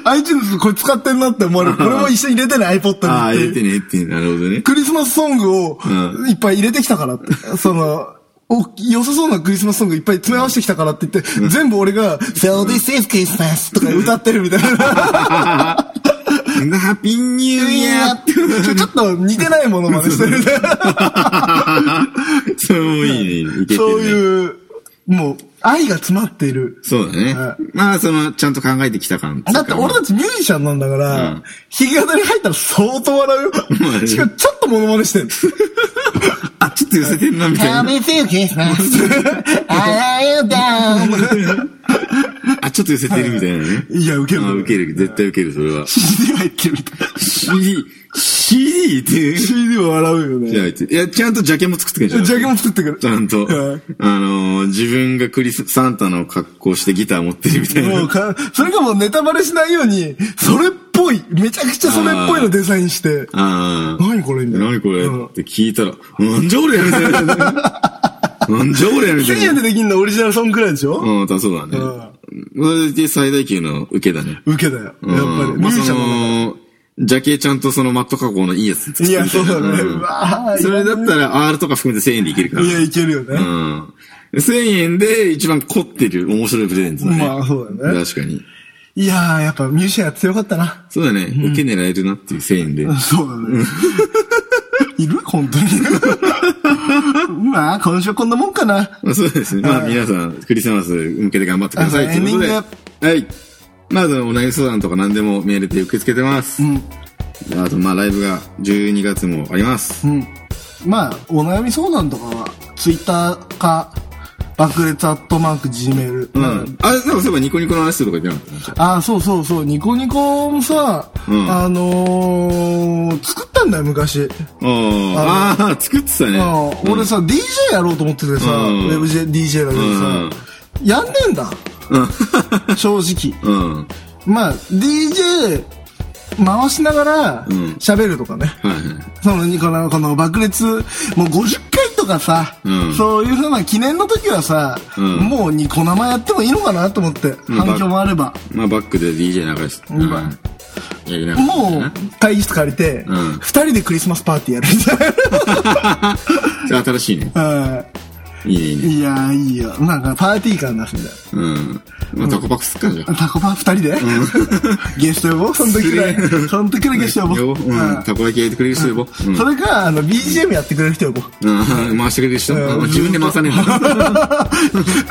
Speaker 1: iTunes これ使ってんなって思われる。これも一緒に入れてね、iPod にっていう。
Speaker 2: ああ、入れてねって、なるほどね。
Speaker 1: クリスマスソングを
Speaker 2: うん
Speaker 1: いっぱい入れてきたからって。その、お良さそうなクリスマスソングいっぱい詰め合わせてきたからって言って、全部俺が、So this is Christmas とか歌ってるみたいな。
Speaker 2: ハッピーニュー イ
Speaker 1: い
Speaker 2: ヤ
Speaker 1: や
Speaker 2: ー
Speaker 1: ちょちょっと似てないものまでしてるみたいな。
Speaker 2: それもいいね。いけてるね。
Speaker 1: そういう、もう、愛が詰まっている。
Speaker 2: そうだね
Speaker 1: は。
Speaker 2: まあ、その、ちゃんと考えてきた感。
Speaker 1: だって俺たちミュージシャンなんだから、
Speaker 2: うん
Speaker 1: 弾き語り入ったら相当笑 う
Speaker 2: まあ
Speaker 1: よ。
Speaker 2: ね
Speaker 1: しかもちょっとモノマネしてる。
Speaker 2: あ、ちょっと寄せてんな、みたいな。あ、ちょっと寄せてるみたいなね。
Speaker 1: いや、ウケる。
Speaker 2: あ、受ける。絶対受ける、それは。
Speaker 1: CD 入ってるみた いな。
Speaker 2: CD、CD っていう。
Speaker 1: CD は笑うよね。
Speaker 2: いや、ちゃんとジャケも作ってくれじゃん。
Speaker 1: ジャケも作ってくる。
Speaker 2: ちゃん
Speaker 1: う
Speaker 2: と。
Speaker 1: ん
Speaker 2: あのー、自分がクリス、サンタの格好してギター持ってるみたい
Speaker 1: もう
Speaker 2: な。
Speaker 1: か、それかもうネタバレしないように、それっぽい、めちゃくちゃそれっぽいのデザインして、
Speaker 2: ああ。
Speaker 1: 何これみたいな
Speaker 2: 何これ
Speaker 1: うん
Speaker 2: って聞いたら、なんじゃ俺やみたいな。なんじゃ俺やみた
Speaker 1: 1000
Speaker 2: い
Speaker 1: 円
Speaker 2: な。
Speaker 1: でできんのオリジナルソングくらいでしょ
Speaker 2: うん、だそうだね。それで最大級の受けだね。
Speaker 1: 受けだよ。やっぱり、
Speaker 2: うん
Speaker 1: ミュー
Speaker 2: まあ、
Speaker 1: ジシ
Speaker 2: そ
Speaker 1: ャンなんだか
Speaker 2: の、ジャケちゃんとそのマット加工のいいやつ作
Speaker 1: ら。い
Speaker 2: って
Speaker 1: や、
Speaker 2: みた
Speaker 1: そうだね。
Speaker 2: う
Speaker 1: うんわー
Speaker 2: それだったら R とか含めて1000円でいけるから。
Speaker 1: いや、いけるよね。
Speaker 2: うん。1000円で一番凝ってる面白いプレゼントだね。
Speaker 1: まあそうだね
Speaker 2: 確かに。
Speaker 1: いやー、やっぱミュージシャンやってよかったな。
Speaker 2: そうだね。受け狙えるなっていう1000円で。
Speaker 1: そうだね。 いる本 当に。まあ、今週こんなもんかな。
Speaker 2: まあそうですね。まあ皆さん、クリスマス向けて頑張ってくださいということで。
Speaker 1: エンディン
Speaker 2: はい。まあ、あのお悩み相談とか何でもメールで受け付けてます。
Speaker 1: うん。
Speaker 2: あと、まあ、ライブが12月もあります。
Speaker 1: うん。まあ、お悩み相談とかは、ツイッターか、爆裂アットマーク Gmail。
Speaker 2: うん。あれ、なんかそういえばニコニコの話するとか言ってなかった
Speaker 1: ああ、そうそうそう、ニコニコもさ、
Speaker 2: うん
Speaker 1: あのー、作ったんだよ、昔。
Speaker 2: あーあー、作ってたね。
Speaker 1: うん、俺さ、DJ やろうと思っててさ、
Speaker 2: うん
Speaker 1: ウェブ J- DJ だけどさ、やんねえんだ。 正直。
Speaker 2: うん。はい
Speaker 1: まあ、DJ 回しながら
Speaker 2: ん
Speaker 1: 喋るとかね。
Speaker 2: はい。
Speaker 1: その、この、この爆裂、もう50回とかさ、
Speaker 2: うん
Speaker 1: そういうふうな記念の時はさ、
Speaker 2: うん
Speaker 1: もうニコ生やってもいいのかなと思って、
Speaker 2: ん
Speaker 1: 反響もあれば。
Speaker 2: まあ、バックで DJ 流して。
Speaker 1: 二番
Speaker 2: はい。やりながら。
Speaker 1: もう、会議室借りて、二、
Speaker 2: うん
Speaker 1: 人でクリスマスパーティーやるみたい
Speaker 2: それ新しいね。
Speaker 1: な。うん
Speaker 2: いいね、いい ね。
Speaker 1: いやー、いいよ。なんか、パーティー感出すんだよ。
Speaker 2: うん。まあ、タコパクすっかじゃん。
Speaker 1: タコパン二人 で、ゲスト呼ぼうその時くらい。その時くらいゲスト呼ぼう。
Speaker 2: よ、うん。たこ焼き焼いてくれる人よ、ぼ。うん
Speaker 1: それか、あの、BGM やってくれる人呼 ぼう。
Speaker 2: うん回してくれる人
Speaker 1: うん
Speaker 2: 自分で回さねえん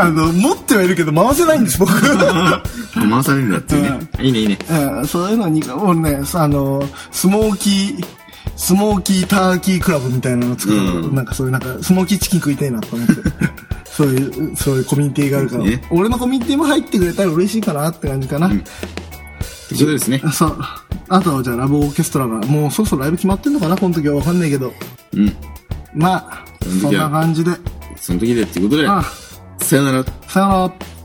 Speaker 1: あの、持ってはいるけど回せないんです、僕。
Speaker 2: だ。回さねえんだっていうね。いいね、いいね。
Speaker 1: うんそういうのに、俺ね、さあの、スモーキー、スモーキーターキークラブみたいなの作ったこと、
Speaker 2: うん
Speaker 1: なんかそういう、なんか、スモーキーチキン食いたいなと思 って。そういう、そういうコミュニティがあるから、
Speaker 2: ね
Speaker 1: 俺のコミュニティも入ってくれたら嬉しいかなって感じかな。
Speaker 2: ということですね。
Speaker 1: そう。あとはじゃあラブオーケストラが、もうそろそろライブ決まってんのかなこの時はわかんないけど。
Speaker 2: うん。
Speaker 1: まあ、
Speaker 2: そ
Speaker 1: そ
Speaker 2: の
Speaker 1: ん
Speaker 2: 時は
Speaker 1: な感じで。
Speaker 2: その時でっていうことで、
Speaker 1: あ
Speaker 2: さよなら。
Speaker 1: さよなら。